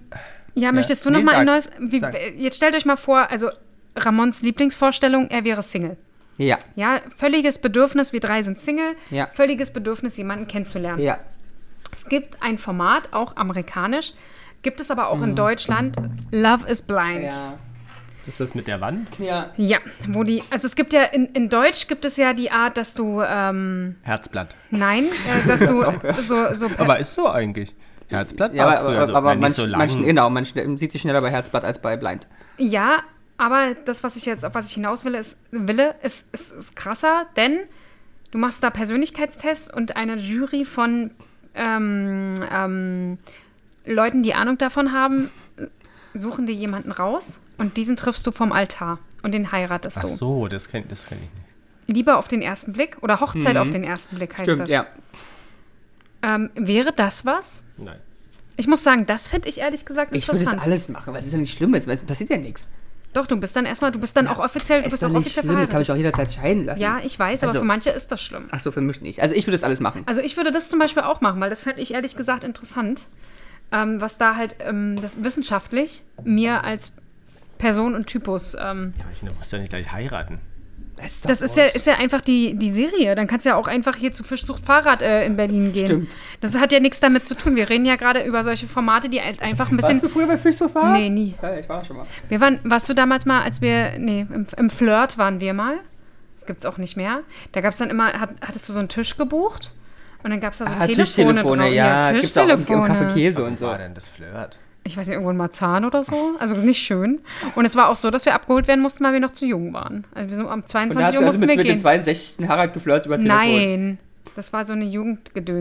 ja, möchtest du Nee, noch mal ein sag. neues? Wie, Sag. jetzt stellt euch mal vor, also Ramons Lieblingsvorstellung, er wäre Single. Ja, Ja, völliges Bedürfnis, wir drei sind Single, Ja. völliges Bedürfnis, jemanden kennenzulernen. ja. Es gibt ein Format, auch amerikanisch, Gibt es aber auch in Deutschland Love is Blind. Ja. Ist das mit der Wand? ja. wo die, also es gibt ja, in, in Deutsch gibt es ja die Art, dass du, ähm, Herzblatt. nein, äh, dass du so, so Aber ist so eigentlich. Herzblatt Ja, war aber, früher aber, so, also, aber nein, nicht manch, so lang. manchen, genau, man schn- sieht sich schneller bei Herzblatt als bei Blind. Ja, aber das, was ich jetzt, auf was ich hinaus will, ist, wille, ist, ist, ist krasser, denn du machst da Persönlichkeitstests und eine Jury von ähm, ähm, Leuten, die Ahnung davon haben, suchen dir jemanden raus und diesen triffst du vom Altar und den heiratest Ach du. so, das kenn, das kenn ich nicht. Liebe auf den ersten Blick oder Hochzeit Mhm. auf den ersten Blick heißt das. ja. Ähm, wäre das was? Nein. Ich muss sagen, das finde ich ehrlich gesagt Ich würde das interessant. alles machen, weil es ist ja nichts Schlimmes, weil es passiert ja nichts. Doch, du bist dann erstmal, du bist dann auch offiziell, du ist bist doch auch nicht offiziell schlimm, ich kann verheiratet. mich auch jederzeit scheiden lassen. Ja, ich weiß, aber Also- für manche ist das schlimm. Ach so, für mich nicht. Also ich würde das alles machen. Also ich würde das zum Beispiel auch machen, weil das fände ich ehrlich gesagt interessant, ähm, was da halt ähm, das wissenschaftlich mir als Person und Typus. Ähm, Ja, aber ich muss ja nicht gleich heiraten. Das ist, doch das ist ja, wurscht. ist ja einfach die, die Serie. Dann kannst du ja auch einfach hier zu Fischsucht Fahrrad äh, in Berlin gehen. Stimmt. Das hat ja nichts damit zu tun. Wir reden ja gerade über solche Formate, die halt einfach ein bisschen. Warst du früher bei Fisch so fahren? Nee, nie. Ja, ich war da schon mal. Wir waren, warst du damals mal, als wir, nee, im, im Flirt waren wir mal. Das gibt's auch nicht mehr. Da gab's dann immer, hat, hattest du so einen Tisch gebucht und dann gab's Ah, da so Telefone drauf. ja, es gibt auch im, im Kaffee Tischtelefone. Käse und so. denn das Flirt? Ich weiß nicht, irgendwo in Marzahn oder so. Also ist nicht schön. Und es war auch so, dass wir abgeholt werden mussten, weil wir noch zu jung waren. Also wir sind um Und da 22 hast Uhr du also mussten mit, wir mit den gehen. 62. Harald geflirt über Telefon. Nein, das war so eine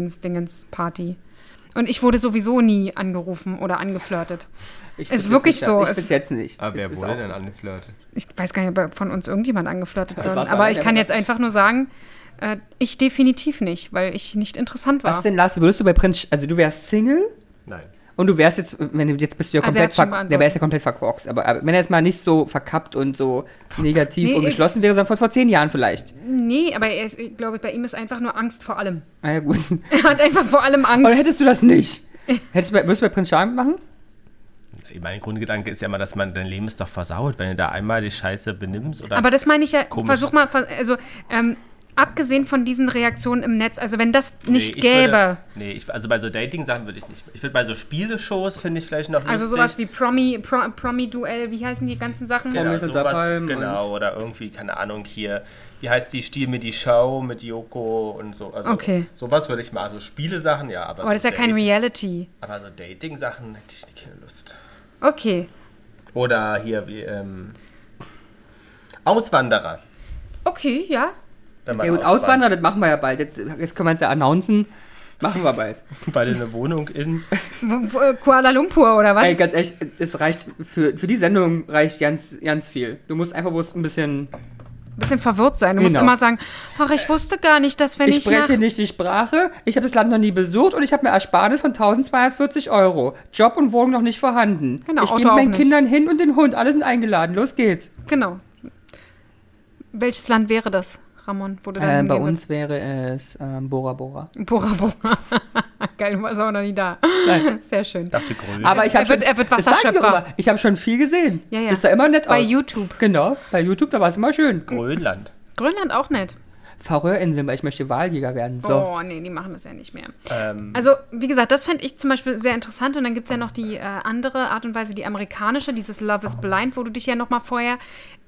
Jugendgedöns-Dingens-Party. Und ich wurde sowieso nie angerufen oder angeflirtet. Ich Ist bis wirklich jetzt nicht- so, Ich ist- bis jetzt nicht. Aber wer Ist wurde auch- denn angeflirtet? Ich weiß gar nicht, ob von uns irgendjemand angeflirtet wurde. war's Aber alleine, ich kann oder? jetzt einfach nur sagen, äh, ich definitiv nicht, weil ich nicht interessant war. Was denn, Lars, würdest du bei Prinz, also du wärst Single Nein. und du wärst jetzt, wenn du jetzt bist du ja Also er komplett, hat schon ver- der beantwortet. ist ja komplett verkorkst, aber, aber wenn er jetzt mal nicht so verkappt und so negativ Nee, und ich- geschlossen wäre, sondern von vor zehn Jahren vielleicht. Nee, aber er ist, ich glaube, bei ihm ist einfach nur Angst vor allem. Na ja, gut. Er hat einfach vor allem Aber Angst. hättest du das nicht? Hättest du bei, würdest du bei Prinz Charming machen? Mein Grundgedanke ist ja immer, dass man dein Leben ist doch versaut, wenn du da einmal die Scheiße benimmst oder Aber das meine ich ja, Komisch. versuch mal, ver- also ähm, abgesehen von diesen Reaktionen im Netz, also wenn das nicht ich gäbe, Würde, nee, ich, also bei so Dating-Sachen würde ich nicht. Ich würde bei so Spieleshows finde ich vielleicht noch also lustig. sowas wie Promi, Pro, Promi-Duell, wie heißen die ganzen Sachen? genau, Promis unter sowas, Palmen genau, oder irgendwie, keine Ahnung, hier, wie heißt die Stil mit die Show mit Joko und so. Also Okay. sowas würde ich mal. Also Spielesachen, ja, aber, Oh, das ist so ja kein Dating- Reality. aber so Dating-Sachen hätte ich nicht keine Lust. Okay. Oder hier wie ähm, Auswanderer. Okay, ja. Wenn man Ja gut, Auswandern, das machen wir ja bald. Jetzt, jetzt können wir es ja announcen. Machen wir bald. Weil du eine Wohnung in. Wo- wo- äh, Kuala Lumpur oder was? Ey, ganz ehrlich, es reicht, für, für die Sendung reicht ganz, ganz viel. Du musst einfach bloß ein bisschen, bisschen verwirrt sein. Du musst Genau. immer sagen, ach, ich wusste gar nicht, dass wenn ich, ich, nach... spreche nicht die Sprache, ich habe das Land noch nie besucht und ich habe mir Ersparnis von 1240 Euro. Job und Wohnung noch nicht vorhanden. Genau, ich Auto gehe mit auch meinen nicht. Kindern hin und den Hund, alle sind eingeladen, los geht's. Genau. Welches Land wäre das, Ramon? Wo du da Äh, bei hingehen uns wäre es ähm, Bora Bora. würdest? Bora Bora. Geil, du warst auch noch nie da. Nein. Sehr schön. Dachte Grün. Aber ich Er habe wird- schon, er wird das sagen wir Wasserschöpfer. immer, Ich habe schon viel gesehen. Ja, ja. Das sah immer nett Bei aus. YouTube. Genau, bei YouTube, da war es immer schön. Grönland. Grönland auch nicht. Färöerinseln, weil ich möchte Wahljäger werden. So. Oh, nee, die machen das ja nicht mehr. Ähm, Also, wie gesagt, das fände ich zum Beispiel sehr interessant. Und dann gibt es ja noch die äh, andere Art und Weise, die amerikanische, dieses Love is Blind, wo du dich ja noch mal vorher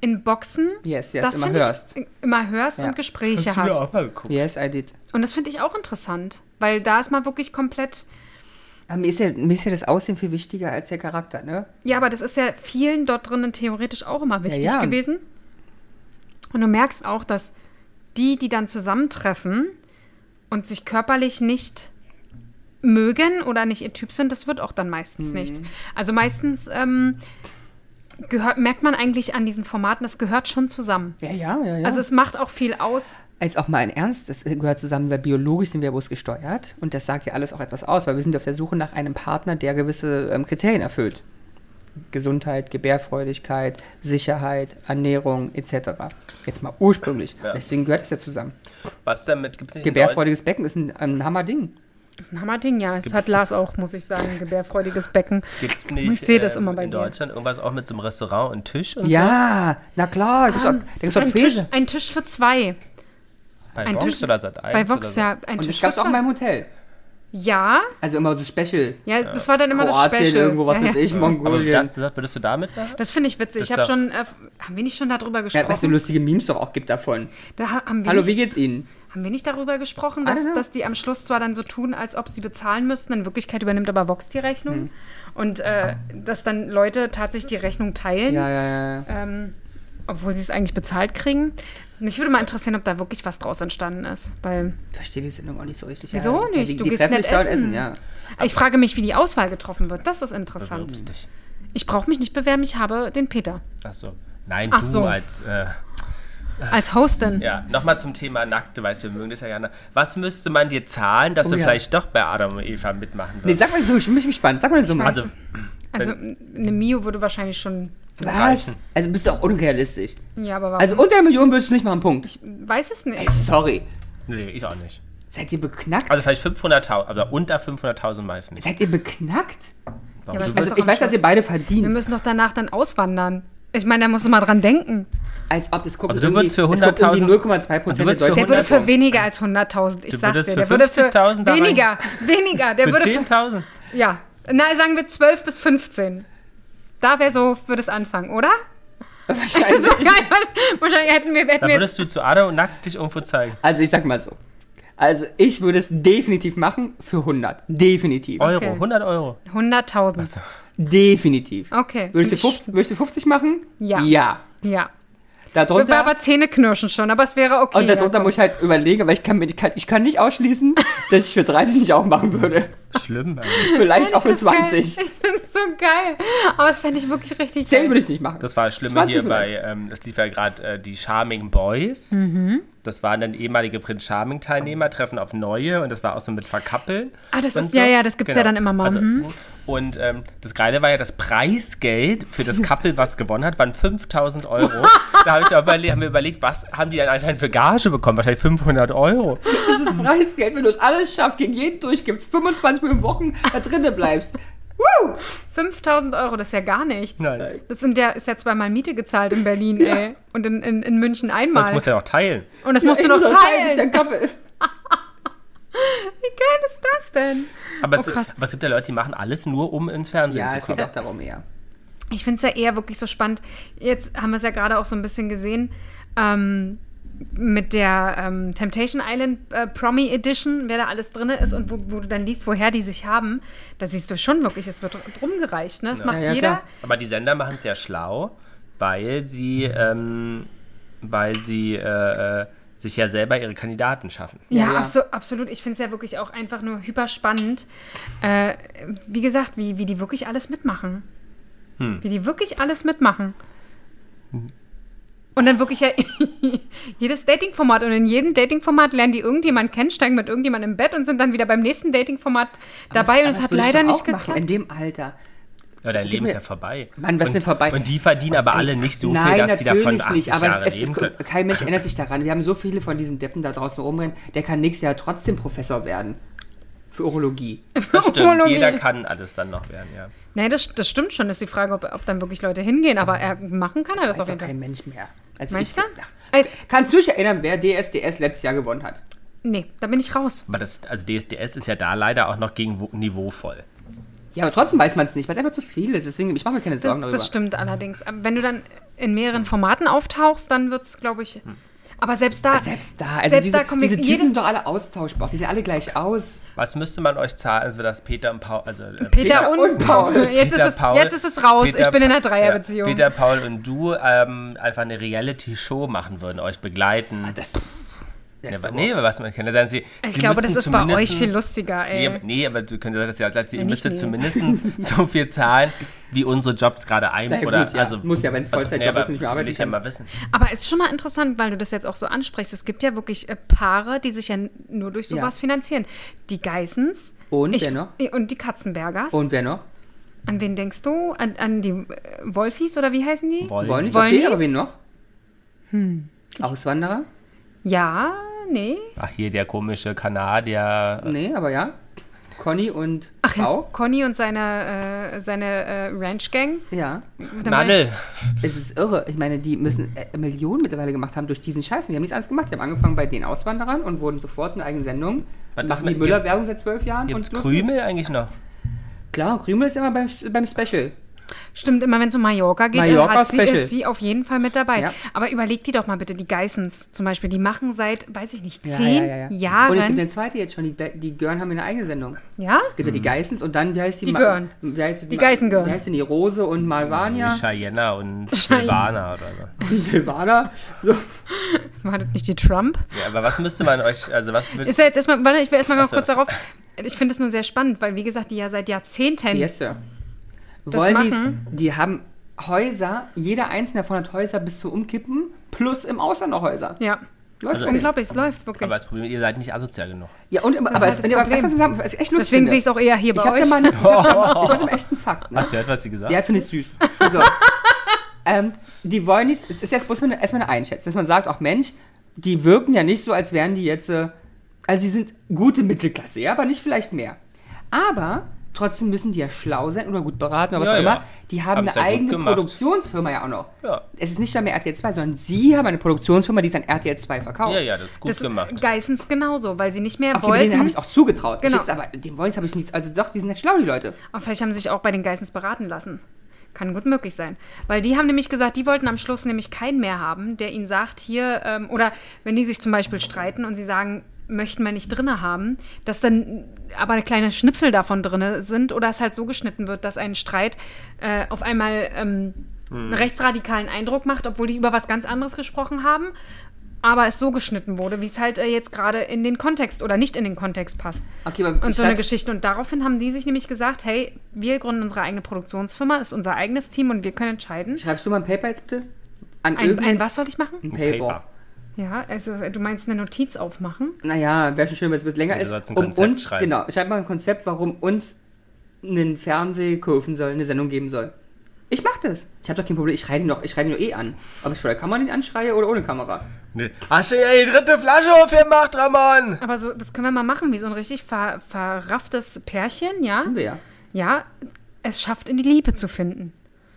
in Boxen Yes, yes, das immer find ich- hörst. immer hörst Ja. und Gespräche hast du hast. ja auch mal geguckt. Yes, I did. Und das finde ich auch interessant, weil da ist man wirklich komplett Aber Ah, mir ist, ja, mir ist ja das Aussehen viel wichtiger als der Charakter, ne? Ja, aber das ist ja vielen dort drinnen theoretisch auch immer wichtig ja. gewesen. Und du merkst auch, dass die, die dann zusammentreffen und sich körperlich nicht mögen oder nicht ihr Typ sind, das wird auch dann meistens Mhm. nichts. Also meistens ähm, gehört, merkt man eigentlich an diesen Formaten, das gehört schon zusammen. Ja, ja, ja, ja. Also Also es macht auch viel aus. als auch mal in Ernst, das gehört zusammen, weil biologisch sind wir bewusst gesteuert und das sagt ja alles auch etwas aus, weil wir sind auf der Suche nach einem Partner, der gewisse ähm, Kriterien erfüllt. Gesundheit, Gebärfreudigkeit, Sicherheit, Ernährung etc. Jetzt mal ursprünglich. Ja. Deswegen gehört es ja zusammen. Was damit gibt es nicht in Gebärfreudiges Becken ist ein, ein Hammerding. Das ist ein Hammerding, ja. Es hat Lars auch, muss ich sagen, ein gebärfreudiges Becken. Deu- Gibt's nicht, Ich sehe das ähm, immer bei in dir. Deutschland irgendwas auch mit so einem Restaurant und Tisch und Ja, na klar, da gibt's auch- da gibt es auch Ah, Ein Tisch, Zwese. ein Tisch für zwei. so? Bei Ein Vox Tisch- oder Sat 1 Bei Vox, oder ja. Ein Und Tisch das für gab es auch zwei. in meinem Hotel. Ja, Also immer so Special. ja, das war dann immer Äh, Kroatien, das Special. irgendwo, was ja, weiß ja. ich, Mongolien. Aber das, würdest du da mitmachen? Das finde ich witzig. Ich Das habe darf- schon, äh, haben wir nicht schon darüber Ja, was so gesprochen? lustige Memes doch auch gibt davon. da ha- haben, wir Hallo, wie Ah, nicht, geht's Ihnen? haben wir nicht darüber gesprochen, I don't dass, know. dass die am Schluss zwar dann so tun, als ob sie bezahlen müssten, in Wirklichkeit übernimmt aber Vox die Rechnung. Mhm. Und äh, dass dann Leute tatsächlich die Rechnung teilen, Ja, ja, ja, ja. ähm, obwohl sie es eigentlich bezahlt kriegen. Mich würde mal interessieren, ob da wirklich was draus entstanden ist. Weil Ich verstehe die Sendung auch nicht so richtig. Wieso ja. nicht? Die, Du die gehst treffen nett sich da und essen. essen, ja. ich frage mich, wie die Auswahl getroffen wird. Das ist interessant. Bewirbst dich. Ich brauche mich nicht bewerben, ich habe den Peter Ach so. Nein, Ach du so. als. Äh, als Hostin. ja, nochmal zum Thema Nackte, weißt du, wir mögen das ja gerne. Was müsste man dir zahlen, dass Oh du ja. vielleicht doch bei Adam und Eva mitmachen Nee, würdest? sag mal so, ich bin gespannt. Sag mal so mal. weiß also, Also eine Mio würde wahrscheinlich schon. Was? Also bist du auch unrealistisch. Ja, aber warum? Also unter einer Million würdest du nicht mal einen Punkt. ich weiß es Ey, nicht. sorry. nee, ich auch nicht. Seid ihr beknackt? Also vielleicht 500.000, also unter 500.000 meist nicht. Seid ihr beknackt? Warum? aber es Du muss wirst- Also doch ich am weiß, dass Schluss- ihr beide Wir verdient. müssen doch danach dann auswandern. Ich meine, da musst du mal dran denken. Als ob das guckt Also du irgendwie- würdest für es guckt 100.000 irgendwie 0,2 Prozent Also du der würdest Der für Deutschen. würde für 100.000. weniger als 100.000. Ich Du sag's würdest dir. für Der würde für 50.000 da rein? weniger, weniger. Der für würde Hm, für, 10.000? ja. Na, sagen wir 12 bis 15. Da wäre so, würde es anfangen, oder? Wahrscheinlich. So geil. Wahrscheinlich hätten wir, hätten Da wir jetzt. würdest du zu Adam und nackt dich irgendwo zeigen. Also ich sag mal so. Also ich würde es definitiv machen für 100. Definitiv. Euro, Okay. 100 Euro. 100.000. Definitiv. Okay. Würdest du, Ich- 50, würdest du 50 machen? Ja. Ja. Ja. Wir Darunter, waren aber Zähne knirschen schon, aber es wäre okay. und darunter ja, muss ich halt überlegen, aber ich kann, mir, ich kann- ich kann nicht ausschließen, dass ich für 30 nicht auch machen würde. Schlimm. Also. Vielleicht auch für Das ist geil. 20. Ich find's so geil. Aber das fände ich wirklich richtig 10 geil. würde ich nicht machen. Das war das Schlimme 20 hier bei, vielleicht. ähm, das lief ja gerade äh, die Charming Boys. Mhm. Das waren dann ehemalige Prinz Charming Teilnehmer, treffen auf neue und das war auch so mit Verkappeln. Ah, das und Genau. Also, ist- ja, ja, das gibt's ja dann immer mal, mhm. Und ähm, das Geile war ja, das Preisgeld für das Couple, was gewonnen hat, waren 5000 Euro. da hab ich mir überle- haben wir überlegt, was haben die denn anscheinend für Gage bekommen? Wahrscheinlich 500 Euro. Das ist Preisgeld, wenn du es alles schaffst, gegen jeden durchgibst, 25 Millionen Wochen da drinnen bleibst. Woo! 5000 Euro, das ist ja gar nichts. Nein. Das sind ja, ist ja zweimal Miete gezahlt in Berlin, ey. Und in, in, in München einmal. Das muss ja noch teilen. Und das musst du noch Ja, genau, teilen. ist ja Koppel. Wie geil ist das denn? Aber, Oh, es, krass. aber es gibt ja Leute, die machen alles nur, um ins Fernsehen Ja, zu es geht kommen. auch darum, ja. Ich finde es ja eher wirklich so spannend. Jetzt haben wir es ja gerade auch so ein bisschen gesehen. Ähm, mit der ähm, Temptation Island äh, Promi Edition, wer da alles drin ist und wo, wo du dann liest, woher die sich haben, da siehst du schon wirklich, es wird rumgereicht. Ne? Das macht Ja, ja, jeder. klar. Aber die Sender machen es ja schlau, weil sie, ähm, weil sie äh, äh, sich ja selber ihre Kandidaten schaffen. Ja, Ja, ja. abso- absolut. Ich finde es ja wirklich auch einfach nur hyperspannend. Äh, wie gesagt, wie, wie die wirklich alles mitmachen. Wie die wirklich alles mitmachen. Und dann wirklich ja jedes Dating-Format. Und in jedem Dating-Format lernen die irgendjemand kennen, steigen mit irgendjemandem im Bett und sind dann wieder beim nächsten Dating-Format dabei. und Aber es das hat will ich leider doch nicht auch machen, In geklappt. dem Alter. Ja, dein Gib Leben mir- ist ja vorbei. Mann, was und, denn vorbei? Und die verdienen aber alle nicht so Nein, viel, dass die natürlich davon 80 nicht, aber Jahre es, es, leben können. kein Mensch ändert sich daran. Wir haben so viele von diesen Deppen da draußen rumrennen, der kann nächstes Jahr trotzdem Professor werden. Für Urologie. Das stimmt, Urologie. jeder kann alles dann noch werden, ja. Nee, das, das stimmt schon. Das ist die Frage, ob, ob dann wirklich Leute hingehen. Aber er, machen kann er das, auf Das ist doch jeden Fall. kein Mensch mehr. Also Meinst du? Äh, ich, Ach, Kannst du dich erinnern, wer DSDS letztes Jahr gewonnen hat? nee, da bin ich raus. Aber das, also DSDS ist ja da leider auch noch gegen wo- niveauvoll. Ja, aber trotzdem weiß man es nicht, weil es einfach zu viel ist. Deswegen, ich mache mir keine Das, Sorgen darüber. das stimmt allerdings. Aber Wenn du dann in mehreren Formaten auftauchst, dann wird es, glaube ich. Aber selbst da. Selbst da, also Selbst diese, da kommen wir- diese Typen jedes- sind doch alle austauschbar. Die sehen alle gleich aus. Was müsste man euch zahlen, also dass Peter und Paul, also äh, Peter, Peter und, und Paul. Paul. Jetzt, Peter ist es, jetzt ist es raus. Peter ich bin in Pa- einer Dreierbeziehung. Ja, Peter, Paul und du ähm, einfach eine Reality-Show machen würden, euch begleiten. Ah, Das, Ja, das aber, nee, aber was man kann ja sagen, sie, ich sie glaube, das ist müssen bei euch zumindestens- viel lustiger, Nee, ey. aber- nee, aber du könntest das ja als letztes, ihr Wenn ich müsstet nee. zumindest so viel zahlen, wie unsere Jobs gerade ein. Na ja, oder, gut, ja. also, Muss ja, wenn's Vollzeitjob aber ist, nicht mehr arbeiten Will ich ja kannst. mal wissen. Aber ist schon mal interessant, weil du das jetzt auch so ansprichst. Es gibt ja wirklich äh, Paare, die sich ja n- nur durch sowas Ja. finanzieren. Die Geissens. Und wer noch? Und die Katzenbergers. Und wer noch? An wen denkst du? An, an die äh, Wolfies oder wie heißen die? Wollen. Wollen nicht? Wollen Okay, aber die's? Hm. wen noch? Auswanderer? ja, nee. Ach, hier der komische Kanadier. Nee, aber ja. Conny und Ach ja, Frau. Conny und seine, äh, seine äh, Ranch-Gang. Ja. Dann war- Nadel. Es ist irre. Ich meine, die müssen äh, Millionen mittlerweile gemacht haben durch diesen Scheiß. Und die haben nichts anderes gemacht. Die haben angefangen bei den Auswanderern und wurden sofort eine eigene Sendung. Was ist machen die mit- Müller-Werbung seit zwölf Jahren. Gibt's los Krümel eigentlich noch? geht's. Klar, Krümel ist immer beim, beim Special. Stimmt, immer wenn es um Mallorca geht, Mallorca hat sie, Special. ist sie auf jeden Fall mit dabei. Ja. Aber überleg die doch mal bitte, die Geissens zum Beispiel, die machen seit, weiß ich nicht, Ja, zehn ja, ja, ja. Und es gibt Jahren. eine zweite jetzt schon. Die, Be- die Görn haben eine eigene Sendung. Ja? Gibt Mhm. ja die Geissens und dann, wie heißt die? Die Ma- Görn. Wie heißt die? Die Ma- Geißengörn. Wie heißt denn die? Rose und Malvania. Cheyenne und Ah. Cheyenne. Silvana oder so. und Silvana. So. War das nicht die Trump? Ja, aber was müsste man euch, also was würd- Ist ja jetzt erstmal, warte, ich will erstmal mal Ach so. kurz darauf. Ich finde es nur sehr spannend, weil wie gesagt, die ja seit Jahrzehnten. Yes, sir. Wollen die's- Hm. machen? die haben Häuser, jeder einzelne davon hat Häuser bis zum Umkippen, plus im Ausland noch Häuser. Ja. Läuft Also, bei denen. unglaublich, es läuft wirklich. aber das Problem, ihr seid nicht asozial genug. Ja, und, aber ist halt es- das und, aber Problem. das, was ich sagen- was ich echt lustig Deswegen finde. sehe ich es auch eher hier ich bei hatte euch. mal einen, ich hatte, ich hatte einen echten Fakt. Ne? Hast du gehört, was sie gesagt Der finde ich süß. So. ähm, die wollen nicht, es ist jetzt bloß eine, erstmal eine Einschätzung, dass man sagt, auch Mensch, die wirken ja nicht so, als wären die jetzt, äh, also sie sind gute Mittelklasse, ja, aber nicht vielleicht mehr. Aber trotzdem müssen die ja schlau sein oder gut beraten oder was Ja, auch ja. immer. Die haben eine Haben's ja gut eigene gemacht. Produktionsfirma ja auch noch. Ja. Es ist nicht mehr RTL 2, sondern sie haben eine Produktionsfirma, die es an RTL 2 verkauft. Ja, ja, das ist genau. gut das gemacht. Geissens genauso, weil sie nicht mehr Okay, mit wollten. denen habe ich auch zugetraut. Genau. Verstehst du, aber den Voice habe ich nichts. Also doch, die sind ja schlau, die Leute. Und vielleicht haben sie sich auch bei den Geissens beraten lassen. Kann gut möglich sein. Weil die haben nämlich gesagt, die wollten am Schluss nämlich keinen mehr haben, der ihnen sagt, hier, ähm, oder wenn die sich zum Beispiel streiten und sie sagen, möchten wir nicht drinne haben, dass dann aber eine kleine Schnipsel davon drinne sind oder es halt so geschnitten wird, dass ein Streit äh, auf einmal ähm, einen rechtsradikalen Eindruck macht, obwohl die über was ganz anderes gesprochen haben, aber es so geschnitten wurde, wie es halt äh, jetzt gerade in den Kontext oder nicht in den Kontext passt. Okay, aber Und so eine schreib's- Geschichte. Und daraufhin haben die sich nämlich gesagt, hey, wir gründen unsere eigene Produktionsfirma, ist unser eigenes Team und wir können entscheiden. Schreibst du mal ein Paper jetzt bitte? An Ein, irgendein- ein was soll ich machen? Ein Paper. Ja, also du meinst eine Notiz aufmachen? Naja, wäre schon schön, wenn es ein bisschen länger Du ist. sollst Also ein Um Konzept uns, schreiben. genau, schreib mal ein Konzept, warum uns einen Fernseh kaufen soll, eine Sendung geben soll. Ich mach das. Ich habe doch kein Problem. Ich schreie den doch, ich schreie den doch eh an. Ob ich vor der Kamera den anschreie oder ohne Kamera. Nee. Hast du ja die dritte Flasche aufgemacht, Ramon? Aber so, das können wir mal machen, wie so ein richtig ver, verrafftes Pärchen, ja? Haben wir ja. Ja, es schafft, in die Liebe zu finden.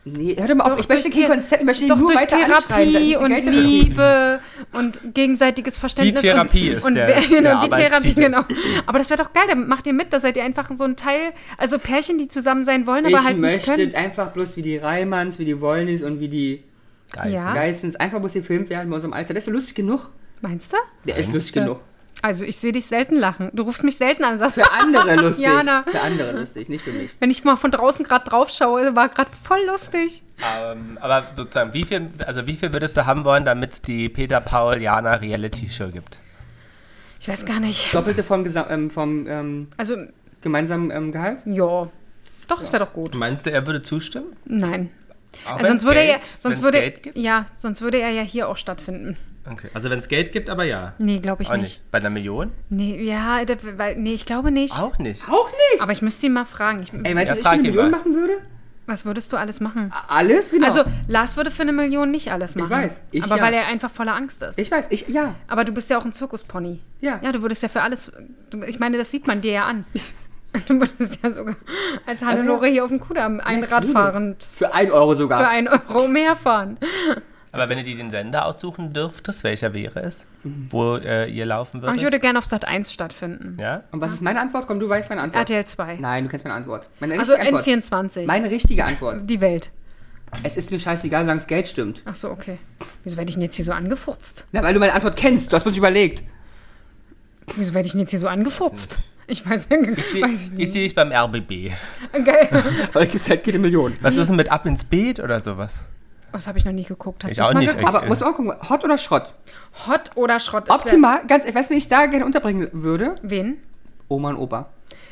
Nee, hör doch mal auf. Doch, ich möchte durch kein Thera- Konzept, ich möchte Doch ihn nur durch weiter anschreien. da Therapie ist viel und Geld dafür. Liebe und gegenseitiges Verständnis. Therapie und, ist und der- wer- der genau, die Therapie, Arbeitstitel. genau. Aber das wäre doch geil, dann macht ihr mit, da seid ihr einfach so ein Teil, also Pärchen, die zusammen sein wollen, aber Ich halt nicht können. möchte einfach bloß wie die Reimanns, wie die Wollnis und wie die Geil. Ja. Geissens einfach bloß gefilmt werden bei unserem Alter. Der ist so lustig genug. Meinst du? Der ist Meinst lustig du? genug. Also ich sehe dich selten lachen. Du rufst mich selten an und sagst, Für andere lustig. Jana. Für andere lustig, nicht für mich. wenn ich mal von draußen gerade drauf schaue, war gerade voll lustig. Ähm, aber sozusagen, wie viel, also wie viel würdest du haben wollen, damit es die Peter Paul Jana Reality Show gibt? Ich weiß gar nicht. Doppelte vom, Gesa ähm, vom ähm, Also, gemeinsamen ähm, Gehalt? ja. Doch, das wäre doch gut. Meinst du, er würde zustimmen? Nein. Auch Also sonst wenn's würde er, Geld- sonst wenn's würde, Geld gibt? ja, sonst würde er ja hier auch stattfinden. Okay. Also wenn es Geld gibt, aber ja. Nee, glaube ich Auch nicht. nicht. Bei einer Million? Nee, ja, da, weil, nee, ich glaube nicht. Auch nicht. Auch nicht. Aber ich müsste ihn mal fragen. Ich, Ey, weißt du, was Ja, ich für frag eine ihn Million mal. machen würde? was würdest du alles machen? Alles? Genau. Also, Lars würde für eine Million nicht alles machen. weiß, ich aber ja. weil er einfach voller Angst ist. ich weiß, ich, ja, aber du bist ja auch ein Zirkuspony. ja. Ja, du würdest ja für alles. Du, ich meine, das sieht man dir ja an. Du würdest ja sogar als Hannelore hier auf dem Kudamm ein Ja, Rad Trude. fahrend Für ein Euro sogar. für einen Euro mehr fahren. Aber wenn ihr die den Sender aussuchen dürftest, welcher wäre es? Wo äh, ihr laufen Aber Mhm. ich würdet? würde gerne auf Sat 1 stattfinden. Ja? Und was ist meine Antwort? Komm, du weißt meine Antwort. RTL 2. Nein, du kennst meine Antwort. Meine also richtige Antwort. N24. Meine richtige Antwort. Die Welt. Es ist mir scheißegal, solange das Geld stimmt. Ach so, okay. Wieso werde ich denn jetzt hier so angefurzt? Na, weil du meine Antwort kennst. Du hast bloß überlegt. Wieso werde ich denn jetzt hier so angefurzt? Ich weiß, weiß ich Ich nicht. sehe dich beim RBB. Geil. Weil da gibt es halt keine Million. Was ist denn mit Ab ins Beet oder sowas? Oh, das habe ich noch nie geguckt. Hast Ich du das auch mal nicht, geguckt? Aber Echt, muss man auch gucken, Hot oder Schrott? Hot oder Schrott? Ist Optimal, ganz, ich weiß, wen ich da gerne unterbringen würde. Der, wen? Oma und Opa.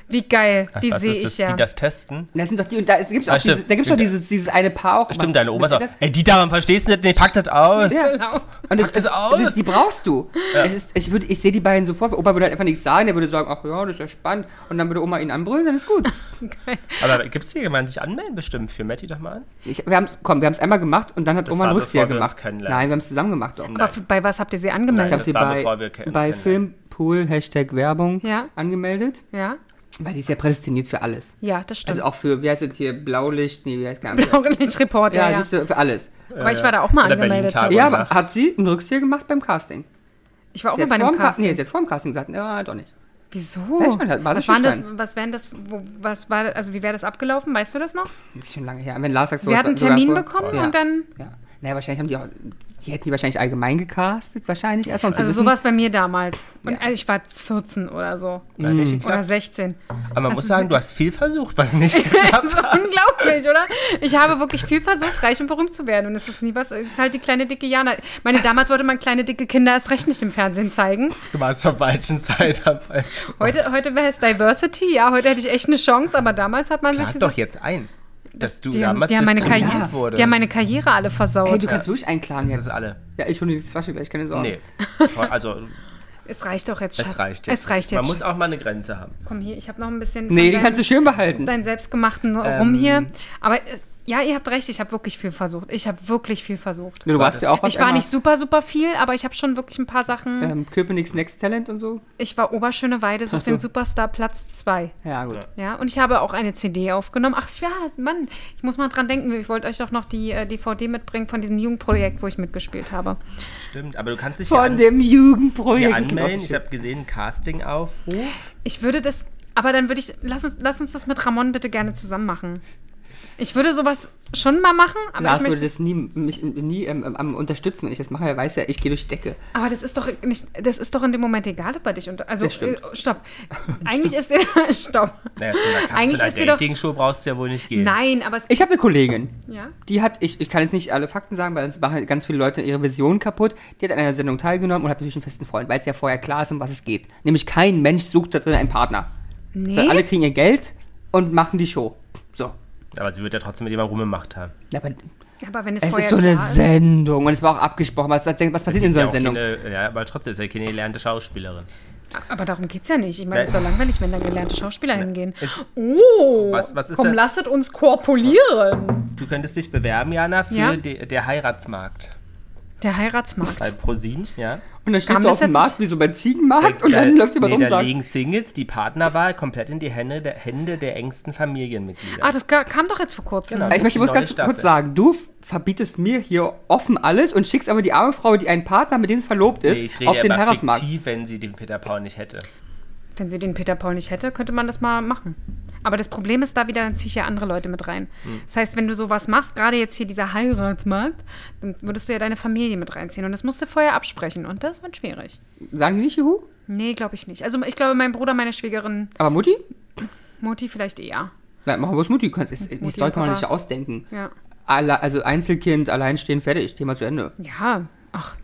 Wie geil. Ach, die was sehe ist ich das, ja. Die das testen? Und Das sind doch die, und da gibt es auch, Ah, stimmt. dieses, da gibt's doch dieses, dieses eine Paar auch. Stimmt, was- deine Oma was- sagt, ey Dieter, man verstehst du das nicht, pack das aus. so Ja. laut. Und das, Pack das das, aus. das, die brauchst du. Es ist, ich würde, ich sehe die beiden sofort. Opa würde halt einfach nichts sagen. Er würde sagen, ach ja, das ist ja spannend. Und dann würde Oma ihn anbrüllen, dann ist gut. Aber gibt es hier jemanden, sich anmelden bestimmt für Matti doch mal an? Ich, wir haben's- komm, wir haben es einmal gemacht und dann hat Das Oma einen war, Rückzieher bevor wir uns gemacht. kennenlernen. Nein, wir haben es zusammen gemacht. Doch. Aber für- bei was habt ihr sie angemeldet? Ich habe das sie war, bei, bevor wir uns bei kennenlernen. Filmpool, Hashtag Werbung Ja. angemeldet. Ja? Weil sie ist ja prädestiniert für alles. Ja, das stimmt. Also auch für, wie heißt das hier, Blaulicht? Nee, wie heißt das? Blaulicht-Reporter, Ja, äh, ja. siehst du, für alles. Aber ich war da auch mal Oder angemeldet. Berlin-Tag. tatsächlich. Ja, aber sagst- hat sie einen Rückzieher gemacht beim Casting? Ich war auch Sie mal hat bei vorm einem Ca- Casting. Nee, sie hat vor dem Casting gesagt, ja, doch nicht. Wieso? Ja, ich meine, war was das waren das, Schüchtern? was wären das, wo, was war, also wie wäre das abgelaufen? Weißt du das noch? Das ist schon lange her. Wenn Lars sagt, Sie sowas hat einen sogar Termin vor- bekommen Ja. und dann, Ja. Naja, wahrscheinlich haben die auch, die hätten die wahrscheinlich allgemein gecastet, wahrscheinlich erstmal. Um also zu wissen, sowas bei mir damals. Und Ja. also ich war 14 oder so. Nein, nicht geklappt. Oder 16. Aber man Also muss sagen, du hast viel versucht, was nicht geklappt Das hat. war unglaublich, oder? Ich habe wirklich viel versucht, reich und berühmt zu werden. Und es ist nie was. Es ist halt die kleine dicke Jana. Ich meine, damals wollte man kleine dicke Kinder erst recht nicht im Fernsehen zeigen. Du warst zur falschen Zeit am falschen Heute, heute wäre es Diversity, ja. Heute hätte ich echt eine Chance, aber damals hat man sich Lag doch jetzt ein, dass du die, haben, damals die, haben meine diskriminiert Karriere, wurdest. die haben meine Karriere alle versaut. Hey, du kannst wirklich einklagen Das jetzt. ist alle. Ja, ich hole dir die Flasche gleich, keine Sorge. Nee. Also, es reicht doch jetzt, Schatz. es reicht jetzt. Es reicht jetzt. Man muss Schatz. auch mal eine Grenze haben. Komm hier, ich habe noch ein bisschen. Nee, die von kannst du schön behalten. deinen selbstgemachten Ähm. Rum hier. Aber es- ja, ihr habt recht, ich habe wirklich viel versucht. Ich habe wirklich viel versucht. Du warst ja auch was Ich war einmal, nicht super, super viel, aber ich habe schon wirklich ein paar Sachen. Ähm, Köpenick's Next Talent und so. Ich war Oberschöneweide, such Ach so. den Superstar Platz 2. Ja, gut. Ja, und ich habe auch eine CD aufgenommen. Ach ja, Mann, ich muss mal dran denken, ich wollte euch doch noch die äh, DVD mitbringen von diesem Jugendprojekt, wo ich mitgespielt habe. Stimmt, aber du kannst dich Von hier, an, dem Jugendprojekt. hier Das klingt auch anmelden. so Ich habe gesehen, Casting-Aufruf. Ich würde das, aber dann würde ich, lass uns, lass uns das mit Ramon bitte gerne zusammen machen. Ich würde sowas schon mal machen, aber Lars ich würde möchte, das nie, mich nie ähm, ähm, am unterstützen, wenn ich das mache. Er weiß ja, ich gehe durch die Decke. aber das ist doch nicht, das ist doch in dem Moment egal, ob er dich unter, also, Das stimmt. äh, stopp. Eigentlich ist dir, stopp. Naja, zu einer, Eigentlich zu einer ist sie doch- Dating-Show brauchst du ja wohl nicht gehen. Nein, aber es, Ich habe eine Kollegin, ja. die hat, ich, ich kann jetzt nicht alle Fakten sagen, weil sonst machen ganz viele Leute ihre Vision kaputt. Die hat an einer Sendung teilgenommen und hat natürlich einen festen Freund, weil es ja vorher klar ist, um was es geht. Nämlich kein Mensch sucht da drin einen Partner. Sondern alle Nee, kriegen ihr Geld und machen die Show. So. Aber sie wird ja trotzdem mit jemandem rumgemacht haben. Ja, aber aber wenn es, es vorher ist so eine klar also ist- Sendung und es war auch abgesprochen. Was, was, was passiert in so ja, ne. einer Sendung? auch Keine, ja, aber trotzdem ist ja keine gelernte Schauspielerin. Aber darum geht's ja nicht. Ich meine, Nein. es ist doch langweilig, wenn dann gelernte Schauspieler hingehen. Es- Oh, Was- was ist komm, denn- lasset uns korpulieren. Du könntest dich bewerben, Jana, für Ja. die, der Heiratsmarkt. Der Bei Heiratsmarkt. ProSieben, ja. Und dann stehst Kam du das auf dem jetzt- Markt, wie so beim Ziegenmarkt, und dann Äh, Da- läuft jemand nee, rum und Da sagt, legen Singles die Partnerwahl komplett in die Hände der, Hände der engsten Familienmitglieder. Ah, das ga- kam doch jetzt vor kurzem. Genau. Ja, Ich möchte bloß Neue ganz Staffel. kurz sagen, du f- verbietest mir hier offen alles und schickst aber die arme Frau, die einen Partner, mit dem sie verlobt Nee, ist, ich rede auf den aber Heiratsmarkt. fiktiv, wenn sie den Peter Paul nicht hätte. Wenn sie den Peter Paul nicht hätte, könnte man das mal machen. Aber das Problem ist da wieder, dann ziehe ich ja andere Leute mit rein. Hm. Das heißt, wenn du sowas machst, gerade jetzt hier dieser Heiratsmarkt, dann würdest du ja deine Familie mit reinziehen. Und das musst du vorher absprechen. Und das wird schwierig. Sagen die nicht Juhu? Nee, glaube ich nicht. Also ich glaube, mein Bruder, meine Schwägerin, Aber Mutti? Mutti vielleicht eher. Nein, machen wir bloß Mutti. Kann- Ist, die Mutti Story und kann man Papa. nicht ausdenken. Ja. Alle, also Einzelkind, alleinstehen, fertig. Thema zu Ende. Ja, ach,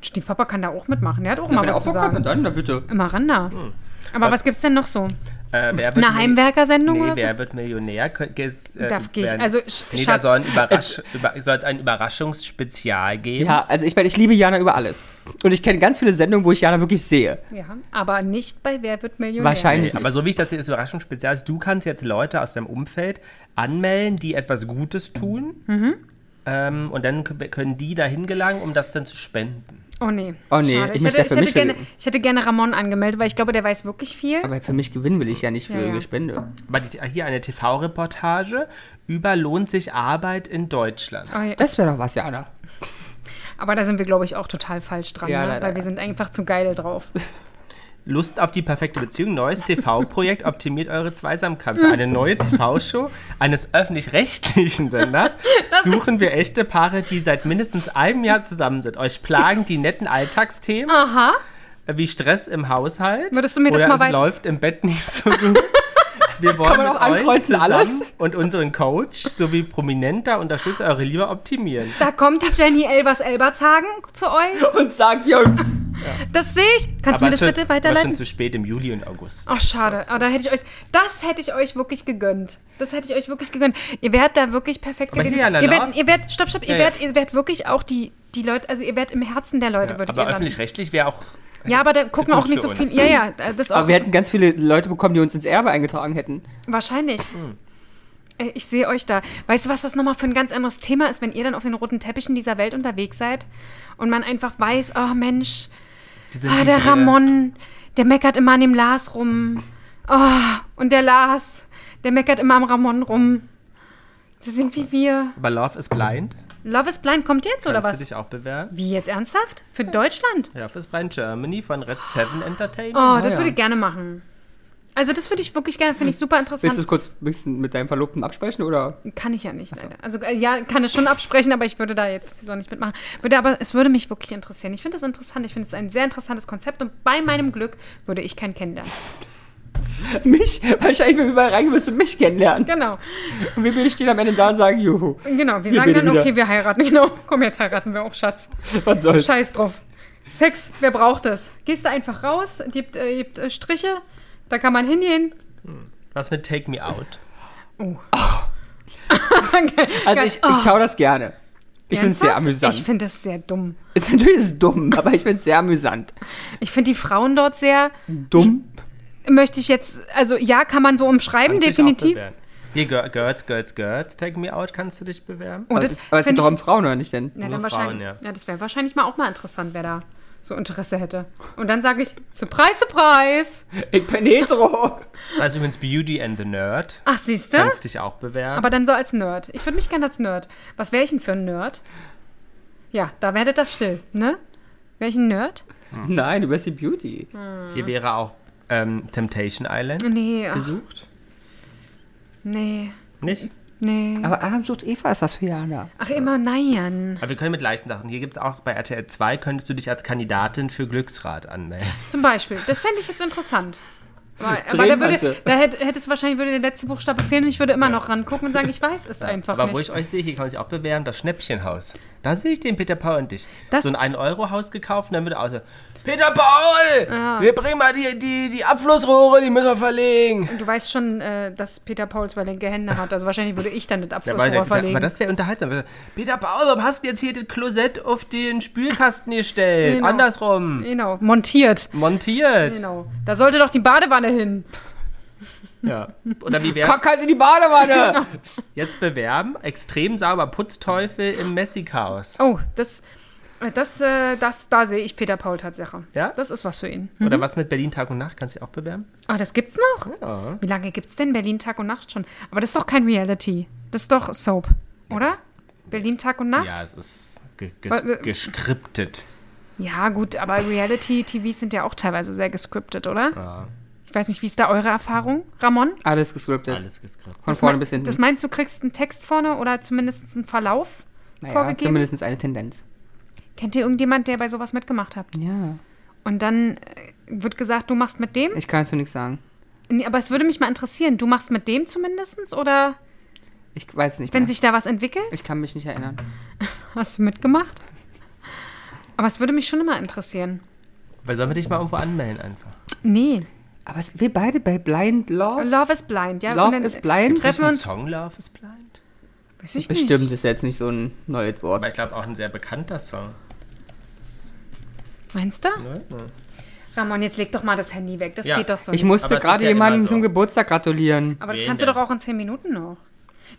Stiefpapa kann da auch mitmachen. Der hat auch mal Wenn er was zu Bock hat, sagen. na dann, dann bitte. Immer ran da. Hm. Aber was gibt's denn noch so? Äh, wer wird Eine Heimwerkersendung Nee, oder so? wer wird Millionär? Kö- ges- äh, Da geh ich- werden- also, Sch- nee, da Schatz, soll ein Überrasch, über, soll's ein Überraschungsspezial geben. Ja, also ich meine, ich liebe Jana über alles. Und ich kenne ganz viele Sendungen, wo ich Jana wirklich sehe. Ja, aber nicht bei Wer wird Millionär. Wahrscheinlich. Nee, aber so wie ich das hier ist, Überraschungsspezial ist, du kannst jetzt Leute aus deinem Umfeld anmelden, die etwas Gutes tun. Ähm, und dann k- können die dahin gelangen, um das dann zu spenden. Oh nee. Oh nee, Schade. ich möchte ja für hätte mich gerne, wählen. ich hätte gerne Ramon angemeldet, weil ich glaube, der weiß wirklich viel. Aber für mich gewinnen will ich ja nicht für Ja, ja. Spende. Aber die, ah, hier eine TV-Reportage über lohnt sich Arbeit in Deutschland. Oh, ja. Das wäre doch was, Jana. Aber da sind wir, glaube ich, auch total falsch dran, Ja, ne? leider, weil wir ja. sind einfach zu geil drauf. Lust auf die perfekte Beziehung, neues TV-Projekt, optimiert eure Zweisamkeit. Für eine neue TV-Show eines öffentlich-rechtlichen Senders suchen wir echte Paare, die seit mindestens einem Jahr zusammen sind. Euch plagen die netten Alltagsthemen Aha. wie Stress im Haushalt. Würdest du mir das oder mal es bei- läuft im Bett nicht so gut. Wir wollen man auch mit euch ankreuzen, zusammen alles? und unseren Coach sowie prominenter Unterstützer eure Liebe optimieren. Da kommt die Jenny Elbers Elbertshagen zu euch. Und sag, Jungs, Das sehe ich. Kannst du mir das schon, bitte war schon weiterleiten? Oh, zu spät im Juli und August. Ach, schade. Aber da hätte ich euch, das hätte ich euch wirklich gegönnt. Das hätte ich euch wirklich gegönnt. Ihr wärt da wirklich perfekt Aber gewesen. hier, Anna ihr Lauf- wärt, ihr wärt, stopp, stopp, ihr, Ja, ja. wärt, ihr wärt wirklich auch die, die Leute, also ihr wärt im Herzen der Leute, Ja, würdet aber ihr landen. öffentlich-rechtlich wäre auch Ja, aber da gucken Gut auch nicht für so viel. uns. Ja, ja, äh, das auch. aber wir hätten ganz viele Leute bekommen, die uns ins Erbe eingetragen hätten. Wahrscheinlich. Hm. Äh, Ich sehe euch da. Weißt du, was das nochmal für ein ganz anderes Thema ist, wenn ihr dann auf den roten Teppichen dieser Welt unterwegs seid und man einfach weiß, oh Mensch, diese ah, der Liebe. Ramon, der meckert immer an dem Lars rum. Oh, und der Lars, der meckert immer am Ramon rum. Das sind wie wir. Aber Love is Blind. Love is Blind kommt jetzt, oder Kannst du was? dich auch bewerben? Wie jetzt ernsthaft? Für Deutschland? Ja, Love is Blind Germany von Red 7 Entertainment. Oh, das ja. würde ich gerne machen. Also das würde ich wirklich gerne, finde ich super interessant. Willst du es kurz ein bisschen mit deinem Verlobten absprechen oder? Kann ich ja nicht, leider. Also äh, ja, kann es schon absprechen, aber ich würde da jetzt so nicht mitmachen. Würde aber, es würde mich wirklich interessieren. Ich finde das interessant. Ich finde es ein sehr interessantes Konzept und bei meinem Glück würde ich keinen kennenlernen. Mich? Wahrscheinlich, wenn wir mal reingehen, willst du mich kennenlernen. Genau, Und wir beide stehen am Ende da und sagen, juhu, genau. Wir Wir sagen beide dann, wieder. okay, wir heiraten. Genau, komm, jetzt heiraten wir auch, Schatz. was soll's. Scheiß drauf. Sex, wer braucht es? Gehst du einfach raus, gibt, äh, gibt äh, Striche, da kann man hingehen. Oh. Was mit Take Me Out? Also ich, ich schaue das gerne. Ich finde es sehr Oh, Ernsthaft? amüsant. Ich finde das sehr dumm. ist natürlich dumm, aber ich finde es sehr amüsant. Ich finde die Frauen dort sehr, Dumm? möchte ich jetzt, also ja, kann man so umschreiben, Kannst du dich auch definitiv. bewerben. Hier, Gir- Girls, Girls, Girls, Take Me Out, kannst du dich bewerben? Oh, Aber das es ist- aber es sind find doch ich- um Frauen, oder nicht denn? Ja, Nur dann Frauen, wahrscheinlich. ja. Ja. das wäre wahrscheinlich mal auch mal interessant, wer da so Interesse hätte. Und dann sage ich, Surprise, Surprise! Ich bin hetero. Das heißt übrigens Beauty and the Nerd. Ach, siehst du? Kannst dich auch bewerben. Aber dann so als Nerd. Ich würde mich gerne als Nerd. Was wäre ich denn für ein Nerd? Ja, da werdet ihr still, ne? Wäre ich ein Nerd? Nein, du bist die Beauty. Hm. Hier wäre auch ähm, Temptation Island Nee, ach, gesucht. nee, Nicht? nee. Aber Adam sucht Eva, ist das für Jana. Ach, immer nein. Aber wir können mit leichten Sachen. Hier gibt es auch bei RTL 2, könntest du dich als Kandidatin für Glücksrad anmelden. Zum Beispiel. Das fände ich jetzt interessant. Weil, Drehen aber da, kannst würde, du. da hätte, hätte es wahrscheinlich würde der letzte Buchstabe fehlen und ich würde immer noch rangucken und sagen, ich weiß es einfach Aber nicht. wo ich euch sehe, hier kann man sich auch bewerben, das Schnäppchenhaus. Da sehe ich den Peter Paul und dich. Das- so ein 1-Euro-Haus gekauft und dann wird auch so, Peter Paul, wir bringen mal die, die, die Abflussrohre, die müssen wir verlegen. Du weißt schon, äh, dass Peter Paul zwei linke Hände hat. Also wahrscheinlich würde ich dann das Ja, aber, Abflussrohr verlegen. aber das wäre unterhaltsam. Peter Paul, warum hast du jetzt hier das Klosett auf den Spülkasten gestellt? Genau. Andersrum. genau, montiert. Montiert. Genau. Da sollte doch die Badewanne hin. Ja. Oder wie wär's? Kack halt in die Genau. Badewanne. Jetzt bewerben. Extrem sauber Putzteufel im Messig-Haus. Oh, das, äh, das, äh, das, da sehe ich Peter Paul Tatsache. Ja? Das ist was für ihn. Hm. Oder was mit Berlin Tag und Nacht? Kannst du dich auch bewerben? Ah, das gibt's noch? Ja. Wie lange gibt's denn Berlin Tag und Nacht schon? Aber das ist doch kein Reality. Das ist doch Soap, oder? Berlin Tag und Nacht? Ja, es ist ge Was- ges geskriptet. Ja, gut, aber Reality-TVs sind ja auch teilweise sehr gescriptet, oder? Ja. Ich weiß nicht, wie ist da eure Erfahrung, Ramon? Alles gescriptet. Alles geskriptet. Von vorne mein- bis hinten. hm? Das meinst du, kriegst einen Text vorne oder zumindest einen Verlauf naja, vorgegeben? zumindest eine Tendenz. Kennt ihr irgendjemand, der bei sowas mitgemacht hat? Ja. Und dann äh, wird gesagt, du machst mit dem? Ich kann dazu nichts sagen. Nee, aber es würde mich mal interessieren, du machst mit dem zumindest oder Ich weiß nicht wenn mehr. sich da was entwickelt? Ich kann mich nicht erinnern. Hast du mitgemacht? Aber es würde mich schon immer interessieren. Weil sollen wir dich mal irgendwo anmelden einfach? Nee. Aber es, wir beide bei Blind Love? Love is blind, ja? Oh. Love is blind? treffen wir Ein uns. Song Love is Blind? Weiß ich Bestimmt nicht. ist jetzt nicht so ein neues Aber Wort. ich glaube auch ein sehr bekannter Song. Meinst du? Ne? Ne. Ramon, jetzt leg doch mal das Handy weg. Das Ja. geht doch so nicht. Ich Aber musste es gerade ist ja jemandem immer so. zum Geburtstag gratulieren. Aber das Wen kannst du denn? doch auch in zehn Minuten noch.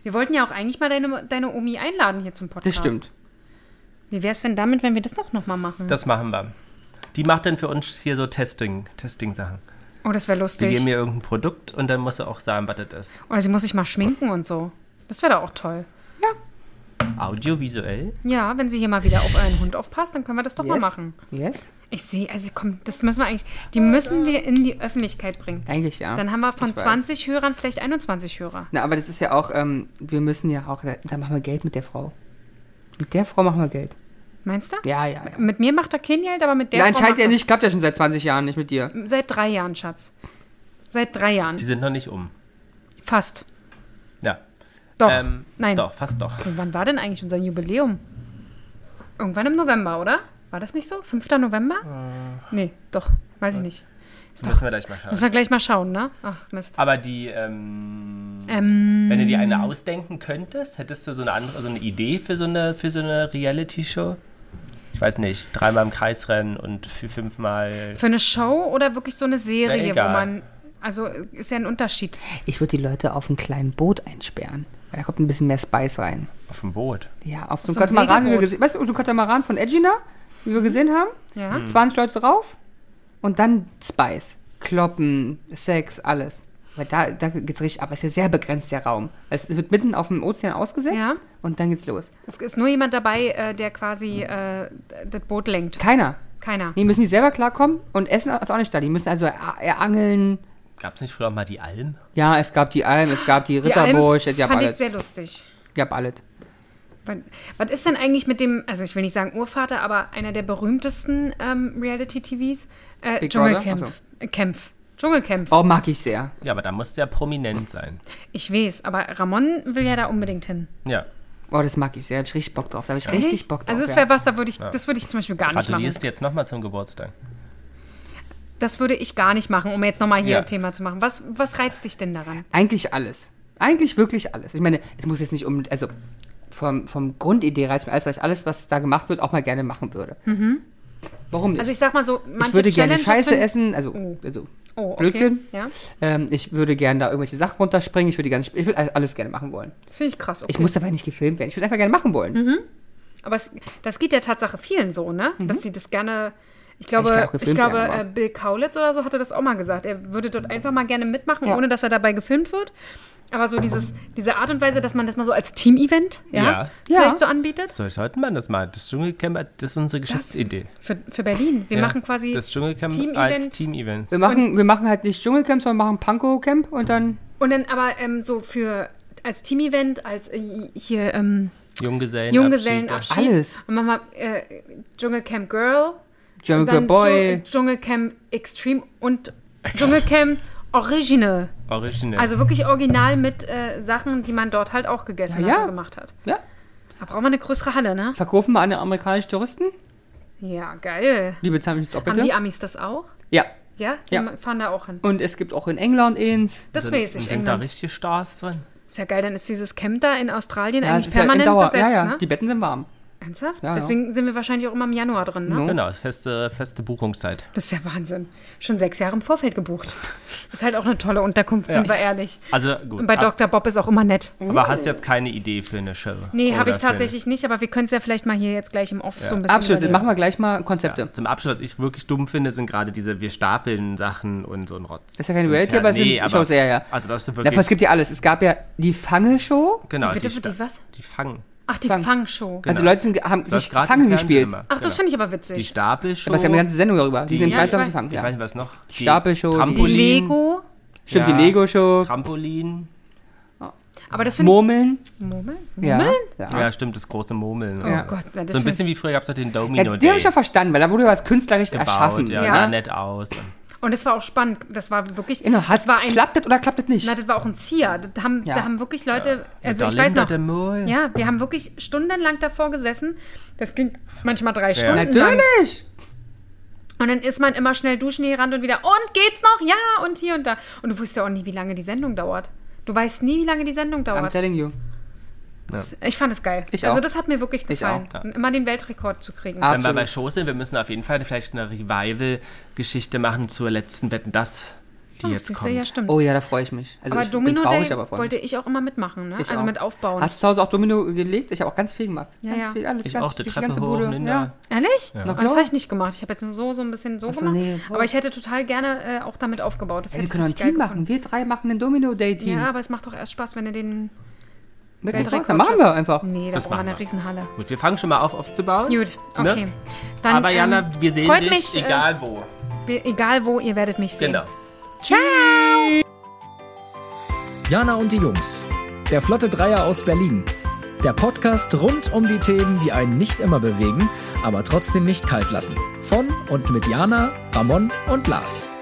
Wir wollten ja auch eigentlich mal deine, deine Omi einladen hier zum Das Podcast. stimmt. Wie wär's denn damit, wenn wir das noch, noch mal machen? Das machen wir. Die macht dann für uns hier so Testing- Testing-Sachen. oh, das wäre Die lustig. geben mir irgendein Produkt und dann muss sie auch sagen, was das ist. Oder sie muss sich mal schminken und so. Das wäre doch auch toll. Audiovisuell? Ja, wenn sie hier mal wieder auf euren Hund aufpasst, dann können wir das doch mal Yes. machen. Yes? Ich sehe, also komm, das müssen wir eigentlich, die müssen wir in die Öffentlichkeit bringen. Eigentlich ja. Dann haben wir von Ich weiß. 20 Hörern vielleicht 21 Hörer. Na, aber das ist ja auch, ähm, wir müssen ja auch, da machen wir Geld mit der Frau. Mit der Frau machen wir Geld. Meinst du? Ja, ja, ja. Mit mir macht er kein Geld, aber mit der Nein, Frau scheint macht ja er- nicht, klappt ja schon seit 20 Jahren nicht mit dir. Seit drei Jahren, Schatz. Seit drei Die Jahren. sind noch nicht um. Fast. Ja. Doch. Ähm, Nein. Doch, fast doch. Und wann war denn eigentlich unser Jubiläum? Irgendwann im November, oder? War das nicht so? 5. November? Äh. Nee, doch. Weiß ich nicht. Ist doch, Müssen wir gleich mal schauen. müssen wir gleich mal schauen, ne? Ach, Mist. Aber die, ähm, Ähm, wenn du dir eine ausdenken könntest, hättest du so eine andere, so eine Idee für so eine, für so eine Reality-Show? Ich weiß nicht, dreimal im Kreis rennen und fü- fünfmal. für eine Show oder wirklich so eine Serie, wo egal. man. Also ist ja ein Unterschied. Ich würde die Leute auf ein kleines Boot einsperren. Weil Da kommt ein bisschen mehr Spice rein. Auf dem Boot. Ja, auf so einem So ein Katamaran, wie wir Segelboot. gesehen, weißt du, so ein Katamaran Mhm. von Edgina, wie wir gesehen haben. Ja. 20 Leute drauf und dann Spice. Kloppen, Sex, alles. Weil da, da geht's richtig ab. Es ist ja sehr begrenzt, der Raum. Es wird mitten auf dem Ozean ausgesetzt Ja. und dann geht's los. Es ist nur jemand dabei, äh, der quasi äh, das Boot lenkt. Keiner. Keiner. Die müssen die selber klarkommen und Essen ist auch nicht da. Die müssen also er- erangeln. Gab es nicht früher auch mal die Alm? Ja, es gab die Alm, es gab die Die Alm Ritterburg, es gab fand ich alles. sehr lustig. gab alles. Was, was ist denn eigentlich mit dem, also ich will nicht sagen Urvater, aber einer der berühmtesten ähm, Reality-TVs? Äh, Big Dschungelcamp. Brother? Äh, Kämpf. Dschungelcamp. Oh, mag ich sehr. Ja, aber da musst du ja prominent sein. Ich weiß, aber Ramon will ja da unbedingt hin. Ja. Oh, das mag ich sehr. Da hab ich richtig Bock drauf. Da hab ich richtig Bock drauf. Also das ja. wäre was, da würde ich, das würde ich zum Beispiel gar nicht machen. Gratulierst du jetzt nochmal zum Geburtstag. Das würde ich gar nicht machen, um jetzt nochmal hier Ja. ein Thema zu machen. Was, was reizt dich denn daran? Eigentlich alles. Eigentlich wirklich alles. Ich meine, es muss jetzt nicht um. Also vom, vom Grundidee reizt mir alles, weil ich alles, was da gemacht wird, auch mal gerne machen würde. Warum nicht? Mhm. Also ich sag mal so, manche ich würde gerne Challenges Scheiße finden- essen, also, Oh. also Oh, okay. Blödsinn. Ja, Ähm, ich würde gerne da irgendwelche Sachen runterspringen. Ich würde ganz, ich würde alles gerne machen wollen. finde ich krass. Okay. Ich muss dabei nicht gefilmt werden. Ich würde einfach gerne machen wollen. aber es, das geht ja Tatsache vielen so, ne? Dass sie das gerne. Ich Mhm. Ich kann glaube, auch ich, gefilmt glaube, werden, aber- äh, Bill Kaulitz oder so hatte das auch mal gesagt. Er würde dort einfach mal gerne mitmachen, Ja. Mhm. ohne dass er dabei gefilmt wird. Aber so dieses, diese Art und Weise, dass man das mal so als Team-Event, ja, Ja. vielleicht Ja. so anbietet. So, sollten wir das mal. Das Dschungelcamp, das ist unsere Geschäftsidee. Für, für Berlin. Wir Ja. machen quasi das Dschungelcamp Team-Event. als Team-Event. Wir, machen, wir machen halt nicht Dschungelcamp, sondern machen Panko-Camp und dann. Und dann aber ähm, so für als Team-Event, als äh, hier ähm, Junggesellen. Junggesellenabschied. Alles. Und machen wir äh, Dschungelcamp Girl, Jungle dann Boy. Dschung- Dschungelcamp Extreme und Dschungelcamp Original. Originell. Also wirklich original mit äh, Sachen, die man dort halt auch gegessen Ja, hat ja. und gemacht hat. Ja. Da brauchen wir eine größere Halle, ne? Verkaufen wir an amerikanische Touristen? Ja, geil. Liebe Zahlen, das Doppelte. Haben die Amis das auch? Ja. Ja? Die Ja. Also, fahren da auch hin. Und es gibt auch in England eins. Das weiß ich, Sind Also, da England. richtig Stars drin? Ist ja geil, dann ist dieses Camp da in Australien Ja, eigentlich es ist halt in permanent Dauer. besetzt, ja, ja. ne? Die Betten sind warm. Ernsthaft? Ja, ja. Deswegen sind wir wahrscheinlich auch immer im Januar drin, ne? Mhm. Genau, ist feste, feste Buchungszeit. Das ist ja Wahnsinn. Schon sechs Jahre im Vorfeld gebucht. Ist halt auch eine tolle Unterkunft, sind wir ehrlich. Also Und gut. Ah. bei ab- Dr. Bob ist auch immer nett. aber hast jetzt keine Idee für eine Show? Nee, Oder habe ich für eine- tatsächlich nicht, aber wir können es ja vielleicht mal hier jetzt gleich im Off so ein bisschen Absolut. Dann überlegen. machen wir gleich mal Konzepte. Zum Abschluss, was ich wirklich dumm finde, sind gerade diese wir stapeln Sachen und so ein Rotz. Das ist ja keine Reality, aber es sind Shows, ja, ja. Also das ist Dafür, es wirklich gibt ja alles. Es gab ja die Fange-Show. genau, Die bitte, die Sta- was? Die fangen. Ach, die Fang. Fangshow. Also Genau. Leute sind, ge- haben Das sich ist grad Fange im Fernsehen gespielt. immer. Ach, das Genau. finde ich aber Die witzig. Stapelshow. Aber es haben eine ganze Sendung darüber. Die, Die- sind im Ja, Kreislauf ich weiß. gefangen. Ich weiß Ja. nicht, was noch. Die Stapelshow, die- Die Lego. Stimmt, Ja. die Lego-Show. Trampolin. Aber das finde ich... Murmeln. Murmeln? Ja. Murmeln? ja. Ja, stimmt, das große Murmeln. Oh Gott, na, das so ein find- bisschen wie früher gab es doch den Ja, Domino die Day. habe ich ja verstanden, weil da wurde was künstlerisch gebaut, erschaffen. Ja, Ja. sah nett aus. Also Und das war auch spannend. Das war wirklich... Genau, das hat's, war ein... klappt das oder klappt das nicht? Na, das war auch ein Zier. Das haben, Ja. Da haben wirklich Leute... Also Mit ich weiß Linda noch... de Mol. Ja, wir haben wirklich stundenlang davor gesessen. Das ging manchmal drei Stunden lang. Natürlich! Und dann ist man immer schnell duschen gerannt und wieder, und geht's noch? Ja, und hier und da. Und du wusstest ja auch nie, wie lange die Sendung dauert. Du weißt nie, wie lange die Sendung I'm dauert. telling you. Das- Ich fand es geil. Ich also auch. das hat mir wirklich gefallen. auch, ja. Und immer den Weltrekord zu kriegen. Ah. Wenn wir Absolut. bei Shows sind, wir müssen auf jeden Fall vielleicht eine Revival-Geschichte machen zur letzten Wetten, das, die Oh, jetzt siehst du, kommt. ja, stimmt. Oh ja, da freue ich mich. Also aber ich Domino bin traurig, Day aber freue mich. wollte ich auch immer mitmachen, ne? Ich Also auch. mit aufbauen. Hast du zu Hause auch Domino gelegt? Ich habe auch ganz viel gemacht. Ja, ganz ja. viel, alles Ich ganz, auch, die durch Treppe hoch, Linda. ja. Ehrlich? Na Das klar. habe ich nicht gemacht. Ich habe jetzt nur so, so ein bisschen so so, gemacht. nee. Aber ich hätte total gerne äh, auch damit aufgebaut. Das Ja, wir hätte ich können doch ein richtig Team geil machen. gefunden. Wir drei machen ein Domino Day Team. Ja, aber es macht doch erst Spaß, wenn du den Mit Weltrekord Dann machen wir schaffst. einfach. Nee, da Das brauchen wir machen eine wir. Riesenhalle. Gut, wir fangen schon mal auf aufzubauen. Gut, okay. Ne? Dann, ähm, Aber Jana, wir sehen freut dich, mich, äh, egal wo. Wir- Egal wo, ihr werdet mich sehen. Genau. Jana und die Jungs. Der Flotte Dreier aus Berlin. Der Podcast rund um die Themen, die einen nicht immer bewegen, aber trotzdem nicht kalt lassen. Von und mit Jana, Ramon und Lars.